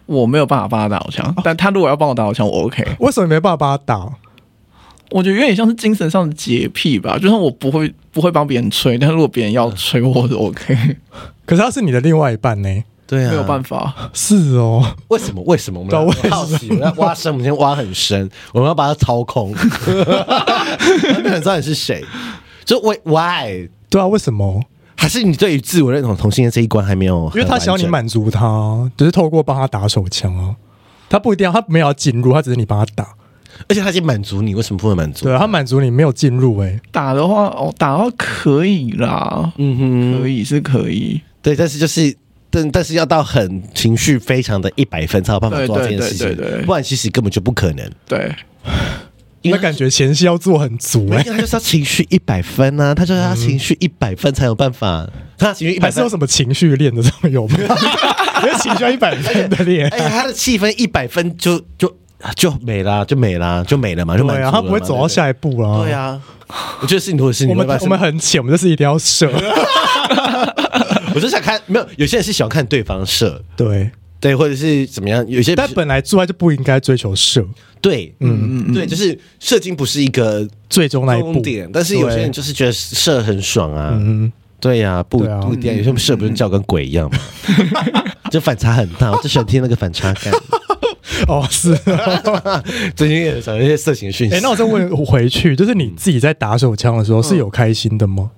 Speaker 3: 我没有办法帮他打手枪，
Speaker 1: 哦
Speaker 3: 但他如果要帮我打手枪，我 OK。
Speaker 2: 为什么你没办法把他打？
Speaker 3: 我觉得有点像是精神上的洁癖吧，就算我不会不会帮别人吹，但如果别人要吹我，我是 OK，
Speaker 1: 嗯
Speaker 2: 可是他是你的另外一半呢？
Speaker 1: 对啊，
Speaker 3: 没有办
Speaker 1: 法。
Speaker 3: 法。
Speaker 2: 是哦，
Speaker 1: 为什么？为什么？我们
Speaker 2: 对为什
Speaker 1: 要
Speaker 2: 么
Speaker 1: 好奇，我们要挖深，我们先挖很深， 我们要把它掏空，没有人知道你是谁。就 why why？
Speaker 2: 对啊，为什么？
Speaker 1: 还是你对于自我认同同性恋这一关还没有很完
Speaker 2: 因
Speaker 1: 整？
Speaker 2: 为他想要你满足他，只是透过帮他打手枪啊。他不一定要，他没有要进入，他只是你帮他打。
Speaker 1: 而且他已经满足你，为什么不能满足？
Speaker 2: 对啊，他满足你没有进入哎、
Speaker 3: 打的话，哦，打的话可以啦，
Speaker 1: 嗯
Speaker 3: 可
Speaker 1: 哼，
Speaker 3: 以是可以，
Speaker 1: 对，但是就是。但但是要到很情绪非常的一百分才有办法
Speaker 3: 对
Speaker 1: 做到这
Speaker 3: 对
Speaker 1: 件
Speaker 3: 对
Speaker 1: 事情
Speaker 3: 对对，
Speaker 1: 不然其实根本就不可能。
Speaker 3: 对，
Speaker 1: 因
Speaker 2: 那
Speaker 1: 为
Speaker 2: 感觉前戏要做很足哎、
Speaker 1: 没有，他就是要情绪一百分啊，他就是要情绪一百分才有办法，他情绪一百
Speaker 2: 还是
Speaker 1: 分
Speaker 2: 有。什么情绪练的这种有吗？ 因为情绪要一百分的练
Speaker 1: 哎。呀，他的气氛一百分就就就没啦，就没啦，就没了嘛，就满足
Speaker 2: 对
Speaker 1: 了
Speaker 2: 啊，
Speaker 1: 嘛
Speaker 2: 他不会走到。下一步
Speaker 1: 对
Speaker 2: 啦。
Speaker 1: 不对对，啊，我觉得是你，如果是你，
Speaker 2: 我们
Speaker 1: 会发现
Speaker 2: 我们很浅，我们就是一定要射。
Speaker 1: 我就想看，没有有些人是喜欢看对方射，
Speaker 2: 对，
Speaker 1: 对，或者是怎么样，有些
Speaker 2: 但本来做爱就不应该追求射，
Speaker 1: 对，嗯嗯，对，就是射精不是一个
Speaker 2: 最终那一步
Speaker 1: 终。点，但是有些人就是觉得射很爽啊，
Speaker 2: 嗯，
Speaker 1: 对呀、不
Speaker 2: 对啊
Speaker 1: 不一定，有些射不是叫跟鬼一样 吗？就反差很大，我就喜欢听那个反差 感。
Speaker 2: 哦 是。
Speaker 1: 最近也找一些色情讯息。
Speaker 2: 哎，那我再问回去，就是
Speaker 1: 嗯
Speaker 2: 你自己在打手枪的时候是有开心的吗？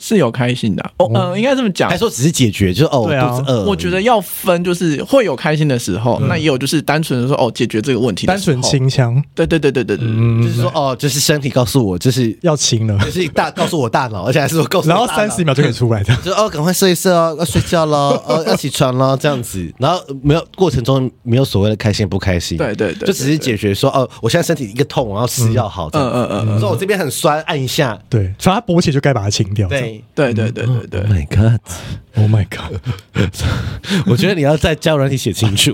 Speaker 3: 是有开心的啊、哦，嗯、应该这么讲
Speaker 1: 还，说只是解决，就是哦，我
Speaker 2: 对啊
Speaker 1: 肚子饿。
Speaker 3: 我觉得要分，就是会有开心的时候，那也有就是单纯的说哦，解决这个问题的
Speaker 2: 单
Speaker 3: 时候，
Speaker 2: 纯清枪，
Speaker 3: 对，对对对对对对，
Speaker 1: 就
Speaker 2: 嗯，
Speaker 1: 是说哦，就是身体告诉我，就是
Speaker 2: 要清 了，
Speaker 1: 就是大告诉我大脑，而且还是我告诉我
Speaker 2: 然后
Speaker 1: 大脑
Speaker 2: 三十秒就可以出来的。
Speaker 1: 就哦，赶快睡一睡哦，要睡觉喽，哦，要起床喽，这样子。然后没有过程中没有所谓的开心不开心，
Speaker 3: 对对对
Speaker 1: 就只是解决说哦，我现在身体一个痛，我要吃药好。
Speaker 3: 嗯嗯
Speaker 1: 嗯
Speaker 3: 嗯嗯，
Speaker 1: 嗯，说我这边很酸，按一下。
Speaker 2: 对，所以他勃起就该把它清掉。
Speaker 1: 对
Speaker 3: 对对对对对
Speaker 1: ，Oh。my God，
Speaker 2: 这样，Oh my god，
Speaker 1: 我觉得你要在交友软体写清 楚。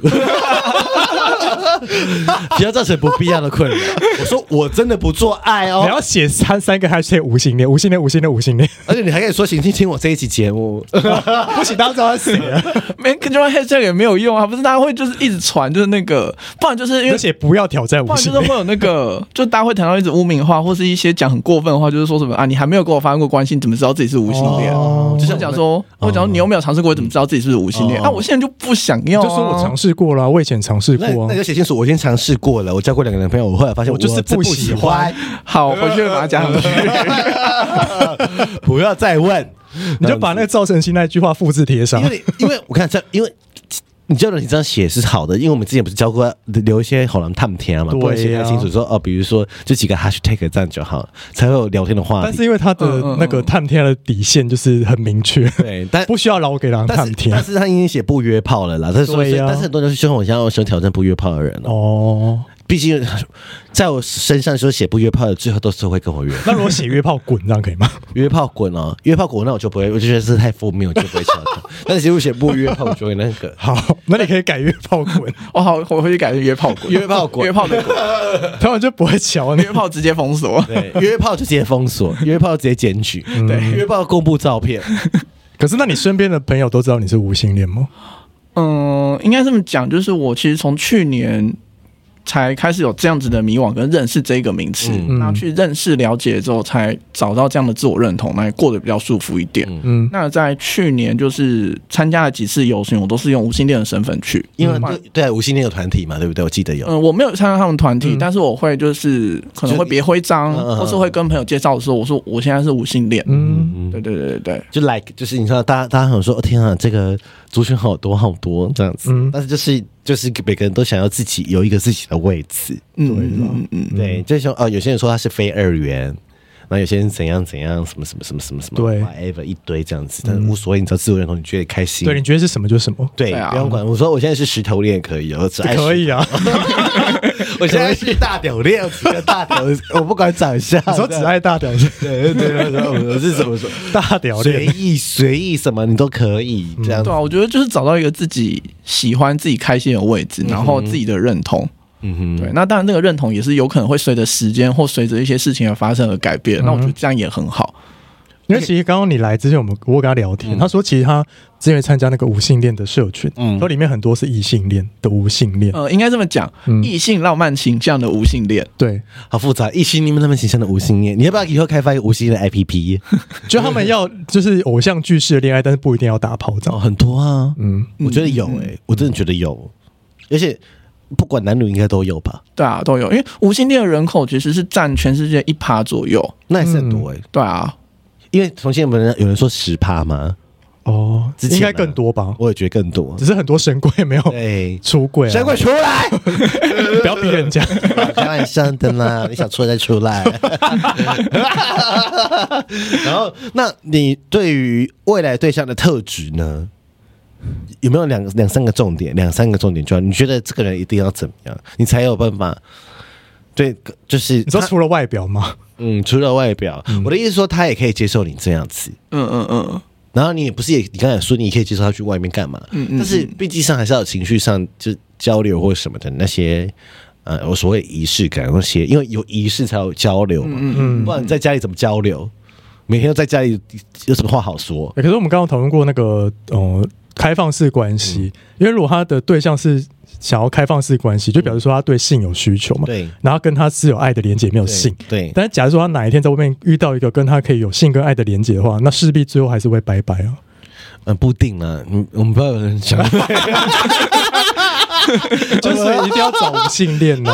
Speaker 1: 不要造成不必要的困扰。我说我真的不做爱哦
Speaker 2: 你，要写三三个 hashtag 无性恋，无性恋，无性恋，无性恋，
Speaker 1: 而且你还可以说，请听听我这一期节目。
Speaker 2: 不行，大家知道他是谁啊？
Speaker 3: 没跟就 hashtag 也没有用啊，不是大家会就是一直传，就是那个，不然就是因为
Speaker 2: 而。且不要挑战
Speaker 3: 不
Speaker 2: 无
Speaker 3: 然就
Speaker 2: 性
Speaker 3: 是
Speaker 2: 恋
Speaker 3: 会。有那个，就大家会谈到一直污名化，或是一些讲很过分的话，就是说什么啊，你还没有跟我发生过关系，你怎么知道自己是无性恋？
Speaker 2: 哦
Speaker 3: 就像讲说，我讲说你又没有尝试过，我怎么知道自己是不是无性恋？
Speaker 1: 哦
Speaker 3: 啊，我现在就不想要、
Speaker 2: 你
Speaker 3: 啊，
Speaker 2: 就说我尝试过了，我以前尝试
Speaker 1: 那
Speaker 2: 过啊
Speaker 1: 那你就。写清楚，我已经尝试过了，我交过两个男朋友，我后来发现
Speaker 2: 我就是
Speaker 1: 不
Speaker 2: 不喜
Speaker 1: 欢
Speaker 2: 欢，
Speaker 3: 好，我回去会把它加上去。
Speaker 1: 不要再问，嗯
Speaker 2: 你就把那个赵晨曦那一句话复制贴上
Speaker 1: 因。为你因为我看这，因为你知道你这样写是好的，因为我们之前不是教过留一些好人探听嘛，
Speaker 2: 对啊
Speaker 1: 不能写太清楚，说哦，比如说就几个 hashtag 这样就好了，才会有聊天的话
Speaker 2: 但
Speaker 1: 题。嗯
Speaker 2: 是因为他的那个探天的底线就是很明确，
Speaker 1: 对，但
Speaker 2: 不需要老给他
Speaker 1: 但
Speaker 2: 探
Speaker 1: 是
Speaker 2: 天
Speaker 1: 但是他已经写不约炮了啦，但是所以
Speaker 2: 对啊
Speaker 1: 但是很多人就是像我一样喜欢挑战不约炮的人哦，
Speaker 2: 哦。
Speaker 1: 毕竟在我身上说写不约炮的，最后都是会跟我约
Speaker 2: 那如果写约炮滚，这样可以 吗？
Speaker 1: 约炮滚哦，约炮滚，那我就不会，我就觉得是太负面，我就不会敲他。但是如果写不约炮，我就会那个。
Speaker 2: 好，那你可以改约炮滚，
Speaker 3: 我哦好，我回去改成约炮鬼，
Speaker 1: 约炮鬼
Speaker 3: 约炮的鬼，
Speaker 2: 他们就不会瞧 你
Speaker 3: 约。炮直接封锁。
Speaker 1: 对， 约炮就直接封锁，约炮直接检举，对，约炮公布照片，
Speaker 2: 可是那你身边的朋友都知道你是无性恋吗？
Speaker 3: 嗯，应该这么讲，就是我其实从去年才开始有这样子的迷惘跟认识这个名词，
Speaker 1: 嗯
Speaker 3: 那去认识了解之后，才找到这样的自我认同，那也过得比较舒服一点。
Speaker 2: 嗯，
Speaker 3: 那在去年就是参加了几次游行，我都是用无性恋的身份去，嗯
Speaker 1: 因为对啊对无性恋有团体嘛，对不对？我记得有，
Speaker 3: 嗯，我没有参加他们团体，但是我会就是可能会别徽章，
Speaker 1: 就嗯
Speaker 3: 或是会跟朋友介绍说，我说我现在是无性恋。
Speaker 2: 嗯
Speaker 3: 嗯，对对对对对，
Speaker 1: 就 like 就是你知道，大家大家很说，哦天啊，这个族群好多好多这样子，
Speaker 2: 嗯
Speaker 1: 但是就是就是每个人都想要自己有一个自己的位置，
Speaker 3: 嗯嗯嗯嗯，
Speaker 1: 对，就像哦，有些人说他是非二元。然后有些人怎样怎样，什么什么什么什么什么
Speaker 2: 对嗯
Speaker 1: ，whatever 一堆这样子，但是无所谓，你只要自我认同，你觉得开心，
Speaker 2: 对，你觉得是什么就什么，
Speaker 1: 对
Speaker 3: 对啊
Speaker 1: 不用管。我说我现在是石头恋也可以，哦我只爱石头
Speaker 2: 可以啊。
Speaker 1: 我现在是大屌恋，我是个大屌，我不管长相。
Speaker 2: 你说只爱大屌 是
Speaker 1: 对对对对，我是怎么说？
Speaker 2: 大 屌
Speaker 1: 随
Speaker 2: 恋，嗯
Speaker 1: 意随意什么你都可以这样子
Speaker 3: 对。啊，我觉得就是找到一个自己喜欢、自己开心的位置，然后自己的认同。
Speaker 1: 嗯
Speaker 3: 对，那当然，这个认同也是有可能会随着时间或随着一些事情的发生而改变。
Speaker 1: 嗯
Speaker 3: 那我觉得这样也很好。
Speaker 2: 因为其实刚刚你来之前，我们我有跟他聊
Speaker 1: 嗯
Speaker 2: 天，他说其实他之前参加那个无性恋的社群，嗯，说里面很多是异性恋的无性
Speaker 1: 嗯
Speaker 2: 恋，
Speaker 3: 呃，应该这么讲，异性浪漫情这样的无性恋，
Speaker 2: 对，
Speaker 1: 哼，好复杂，异性恋那么形象的无性恋，你要不要以后开发一个无性恋 的 APP？
Speaker 2: 就他们要就是偶像剧式的恋爱，但是不一定要打炮仗
Speaker 1: 哦，。很多啊，
Speaker 2: 嗯，
Speaker 1: 我觉得有诶，我真的觉得有，而且不管男女应该都有吧，
Speaker 3: 对啊，都有。因为无性恋的人口其实是占全世界一趴左右。
Speaker 1: 嗯那也是很多诶。欸
Speaker 3: 对啊，
Speaker 1: 因为重庆有人有人说十趴吗？
Speaker 2: 哦，
Speaker 1: 之前啊
Speaker 2: 应该更多吧，
Speaker 1: 我也觉得更多
Speaker 2: 只。是很多神龟没有
Speaker 1: 对，
Speaker 2: 出柜、啊，
Speaker 1: 神鬼出来！
Speaker 2: 不要逼人 家。
Speaker 1: 开玩笑的 啦，你想出来再出来。然后，那你对于未来对象的特质呢？有没有两两三个重点？两三个重点就要你觉得这个人一定要怎么样，你才有办法？对，就是
Speaker 2: 你说
Speaker 1: 他
Speaker 2: 除了外表吗？
Speaker 1: 嗯，除了外表，我的意思说他也可以接受你这样子。
Speaker 3: 嗯嗯嗯，
Speaker 1: 然后你也不是也，你刚才说你也可以接受他去外面干嘛，
Speaker 3: 嗯嗯
Speaker 1: 但是毕竟上还是要有情绪上就交流或什么的那些，呃，我所谓仪式感那些，因为有仪式才有交流
Speaker 2: 嗯
Speaker 1: 嘛，不然你在家里怎么交流？每天都在家里有什么话好说？
Speaker 2: 欸可是我们刚刚讨论过那个呃开放式关
Speaker 1: 嗯
Speaker 2: 系，因为如果他的对象是想要开放式关系，就表示说他对性有需求嘛，
Speaker 1: 对
Speaker 2: 然后跟他是有爱的连接，没嗯有性。
Speaker 1: 对，
Speaker 2: 但是假如说他哪一天在外面遇到一个跟他可以有性跟爱的连接的话，那势必最后还是会拜拜 啊。
Speaker 1: 嗯，不定呢，嗯，我们不要有人想，
Speaker 2: 就是一定要找无性恋啊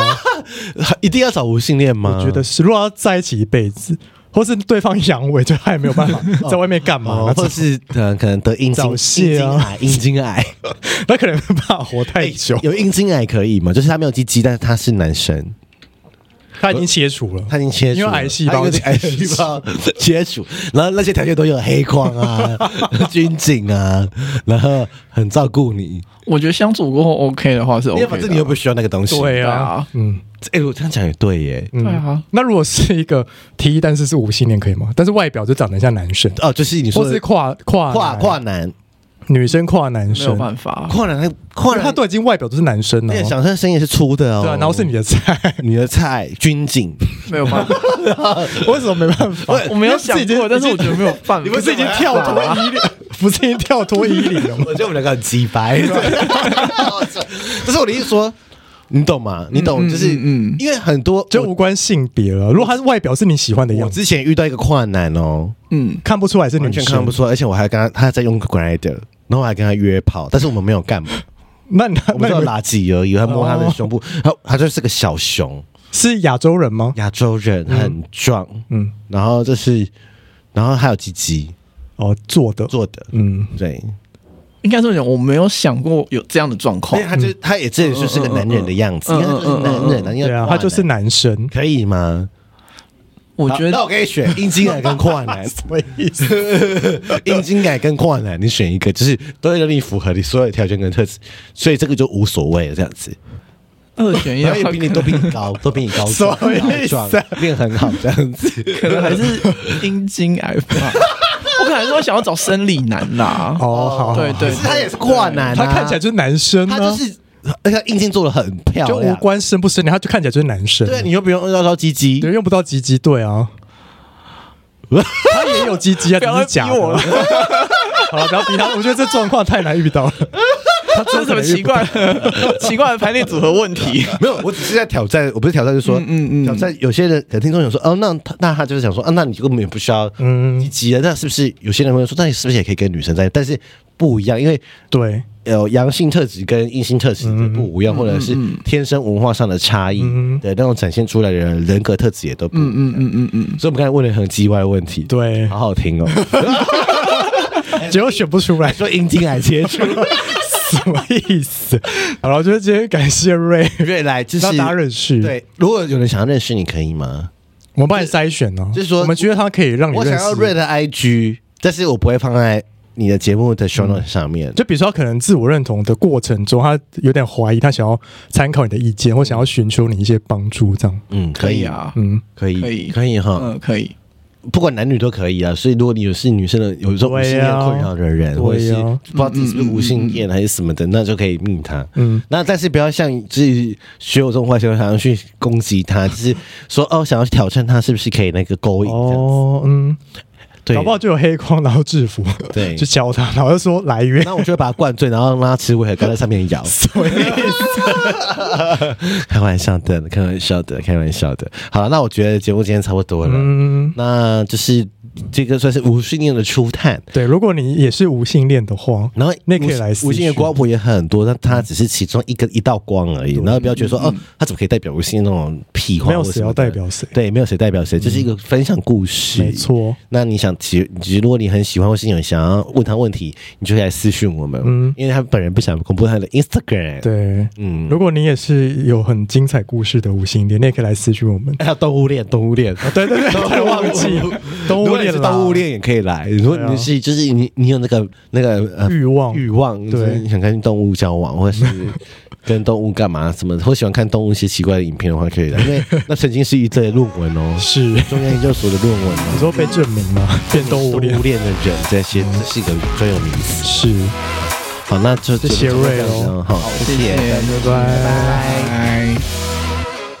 Speaker 2: 呢、
Speaker 1: 一定要找无性恋吗？
Speaker 2: 我觉得是。如果要在一起一辈子，或是对方阳痿，就他也没有办法在外面干嘛，
Speaker 1: 哦，
Speaker 2: 那
Speaker 1: 或者是呃，可能得阴茎
Speaker 2: 早泄啊
Speaker 1: 阴茎癌，阴茎癌。
Speaker 2: 他可能没办法活太久。
Speaker 1: 哎有阴茎癌可以吗？就是他没有鸡鸡，但是他是男生。
Speaker 2: 他已经切除了，
Speaker 1: 他已经切除
Speaker 2: 因
Speaker 1: 了，
Speaker 2: 为癌细胞
Speaker 1: 他因为癌细胞切除，然后那些条件都有黑框啊、 军警啊，然后很照顾你。
Speaker 3: 我觉得相处过后 OK 的话是
Speaker 1: 因
Speaker 3: OK
Speaker 1: 为
Speaker 3: 的啊，
Speaker 1: 反正你又不需要那个东西。
Speaker 2: 对
Speaker 3: 对
Speaker 2: 啊
Speaker 3: 啊，
Speaker 2: 嗯。
Speaker 1: 哎、我这样讲也对耶。
Speaker 2: 嗯
Speaker 3: 对啊
Speaker 2: 那如果是一个 T，但是是无性恋可以吗？但是外表就长得很像男生，
Speaker 1: 哦，就是你说
Speaker 2: 或是
Speaker 1: 的
Speaker 2: 跨跨
Speaker 1: 跨
Speaker 2: 男
Speaker 1: 跨男，
Speaker 2: 女生跨男
Speaker 3: 没有
Speaker 2: 生，
Speaker 3: 办 法，啊
Speaker 1: 跨男，跨
Speaker 2: 因为
Speaker 1: 男，
Speaker 2: 他都已经外表就是男生了
Speaker 1: 那个
Speaker 2: 哦，
Speaker 1: 小生声音也是粗的哦。
Speaker 2: 对啊，然后是你的菜，
Speaker 1: 你的菜，军警。
Speaker 3: 没有办法，
Speaker 2: 为什么哦没办法？
Speaker 3: 我没有想过，但是我觉得没有办法，
Speaker 2: 你不是已经跳脱衣领，不是已经跳脱衣领 了吗？
Speaker 1: 我觉得我们两个很鸡 掰。 但是我的意思说，你懂吗？你懂，
Speaker 3: 嗯
Speaker 1: 就是
Speaker 3: 嗯嗯
Speaker 1: 因为很多
Speaker 2: 就
Speaker 1: 我
Speaker 2: 无关性别了。如果他是外表是你喜欢的
Speaker 1: 我
Speaker 2: 样子，
Speaker 1: 之前遇到一个跨男哦，
Speaker 3: 嗯，
Speaker 2: 看不出来是
Speaker 1: 完
Speaker 2: 女
Speaker 1: 全看
Speaker 2: 生
Speaker 1: 不，出来，而且我还跟他，他还在用 Grinder，然后我还跟他约炮，但是我们 没有干嘛，
Speaker 2: 那那
Speaker 1: 我
Speaker 2: 那
Speaker 1: 们就
Speaker 2: 你们
Speaker 1: 垃圾而已，还摸他的胸部，他他就是个小熊，
Speaker 2: 是亚洲人吗？
Speaker 1: 亚洲人很壮，
Speaker 2: 嗯，
Speaker 1: 然后就是，然后还有鸡鸡
Speaker 2: 哦，做的，
Speaker 1: 做的，
Speaker 2: 嗯，
Speaker 1: 对，
Speaker 3: 应该这么讲，我没有想过有这样的状
Speaker 1: 因
Speaker 3: 况
Speaker 1: 为。他就他也这里就是个男人的样子，因
Speaker 3: 嗯
Speaker 1: 为他就是男人
Speaker 3: 嗯嗯嗯
Speaker 1: 啊，因为
Speaker 2: 对啊，他
Speaker 1: 跨男
Speaker 2: 就是男生，
Speaker 1: 可以吗？
Speaker 3: 我
Speaker 1: 好
Speaker 3: 觉
Speaker 1: 那
Speaker 3: 得
Speaker 1: 我给 你选阴茎癌跟跨男，
Speaker 2: 什么意思？
Speaker 1: 阴茎癌跟跨男，你选一个，就是都让你符合你所有的条件跟特质，所以这个就无所谓了，这样子。
Speaker 3: 二选一的
Speaker 1: 然后
Speaker 3: 话，
Speaker 1: 也比你都比 你高，都比你高
Speaker 2: 什
Speaker 1: 壮，
Speaker 2: 么意思啊
Speaker 1: 高壮练很好这样子。
Speaker 3: 可能还是阴茎癌 吧。我可能还是会想要找生理男啦。
Speaker 2: 哦，好，
Speaker 3: 对对
Speaker 1: 可是他也是跨男、啊，
Speaker 2: 他看起来就是男生
Speaker 1: 他
Speaker 2: 啊，
Speaker 1: 就是，而且他硬件做的很漂
Speaker 2: 就无
Speaker 1: 亮。
Speaker 2: 关生不生理，他就看起来就是男生。
Speaker 1: 对，你又不用用到到鸡鸡，
Speaker 2: 对，用不到鸡鸡，对 啊，他也有鸡鸡啊，
Speaker 3: 不
Speaker 2: 只
Speaker 3: 要
Speaker 2: 是假的
Speaker 3: 逼我了。
Speaker 2: 好了，不要逼他，我觉得这状况太难遇 到了。他真
Speaker 3: 这是什
Speaker 2: 的
Speaker 3: 么奇怪 的奇怪的排列组合问题？
Speaker 1: 没有，我只是在挑战，我不是挑战，就是说，
Speaker 3: 嗯嗯嗯
Speaker 1: 挑战有些人，可能听众想说，哦，那他那他就是想说，啊，那你根本也不需要
Speaker 2: 嗯
Speaker 1: 鸡鸡了，那是不是有些人会说，那你是不是也可以跟女生在一起？但是不一样，因为
Speaker 2: 对，
Speaker 1: 有阳性特质跟阴性特质
Speaker 3: 嗯
Speaker 1: 的不一样，或者是天生文化上的差异
Speaker 2: 嗯
Speaker 1: 的那种展现出来的人人格特质也都不一样
Speaker 3: 嗯嗯嗯嗯嗯，
Speaker 1: 所以我们刚才问了很叽歪的问题，
Speaker 2: 对
Speaker 1: 好好 听哦。
Speaker 2: 结果选不出来，
Speaker 1: 说阴茎癌切除，
Speaker 2: 什么意思？好了，我觉得今天感谢瑞，
Speaker 1: 瑞来 就是
Speaker 2: 让大家认识。，
Speaker 1: 对，如果有人想要认识你，可以吗？
Speaker 2: 我们帮你筛选哦，
Speaker 1: 就是说
Speaker 2: 我们觉得他可以让你
Speaker 1: 我
Speaker 2: 认
Speaker 1: 想要瑞
Speaker 2: 识。
Speaker 1: 的 IG，但是我不会放在你的节目的 show note 上面。
Speaker 2: 嗯就比如说，他可能自我认同的过程中，他有点怀疑，他想要参考你的意见，或想要寻求你一些帮助，这样。
Speaker 1: 嗯，
Speaker 3: 可以，啊，
Speaker 2: 嗯，
Speaker 1: 可以，
Speaker 3: 可以
Speaker 1: 可以哈，
Speaker 3: 嗯，可以。
Speaker 1: 不管男女都可以啊。所以如果你有是女生的，有这种无性恋困扰的人，
Speaker 2: 对啊
Speaker 1: 或者是
Speaker 2: 对啊
Speaker 1: 不知道自己是不是无性恋还是什么的，那就可以命他。
Speaker 2: 嗯，
Speaker 1: 那但是不要像自己学我这种坏习惯，想要去攻击他，就是说哦，想要挑战他是不是可以那个勾引这样子。
Speaker 2: 哦，嗯，
Speaker 1: 对，
Speaker 2: 搞不好就有黑框，然后制服，
Speaker 1: 对
Speaker 2: 去教他，然后就说来源，
Speaker 1: 那我就会把它灌醉，然后让它吃维和膏在上面摇。
Speaker 2: 什么意思？
Speaker 1: 开玩笑的，开玩笑的，开玩笑的。好了，那我觉得节目今天差不多了。
Speaker 2: 嗯，
Speaker 1: 那就是这个算是无性恋的初探。
Speaker 2: 对，如果你也是无性恋的话，
Speaker 1: 然后
Speaker 2: 那可以来私
Speaker 1: 无性的
Speaker 2: 讯
Speaker 1: 光谱也很多，但它只是其中一个一道光而已。然后不要觉得说，哦，它怎么可以代表无性那种屁话？
Speaker 2: 嗯没有谁要代表谁。
Speaker 1: 对，没有谁代表谁，就是一个分享故事。
Speaker 2: 没错。
Speaker 1: 那你想，其实如果你很喜欢，或是有想要问他问题，你就可以来私讯我们，
Speaker 2: 嗯
Speaker 1: 因为他本人不想公布他的 Instagram。，
Speaker 2: 对，
Speaker 1: 嗯，
Speaker 2: 如果你也是有很精彩故事的无性恋，你也可以来私讯我 们。
Speaker 1: 还有动物链，动物 链，
Speaker 2: 对对对，太忘记 动
Speaker 1: 如
Speaker 2: 物
Speaker 1: 果你
Speaker 2: 恋
Speaker 1: 是
Speaker 2: 啦，
Speaker 1: 动物链也可以来。如果你是就是你你有那个那个呃
Speaker 2: 欲望
Speaker 1: 啊欲望，
Speaker 2: 对
Speaker 1: 就是想跟动物交往，或是跟动物干嘛什么， 或喜欢看动物一些奇怪的影片的话，可以来。因为那曾经是一则论文哦，
Speaker 2: 是你
Speaker 1: 中央研究所的论文哦。
Speaker 2: 说被证明吗？变动物恋
Speaker 1: 动物恋的人，这些这是一个专有名词。
Speaker 2: 是，
Speaker 1: 好，那就就
Speaker 2: 谢瑞
Speaker 1: 这样子哦。好，谢谢。
Speaker 2: 拜拜。
Speaker 3: 拜。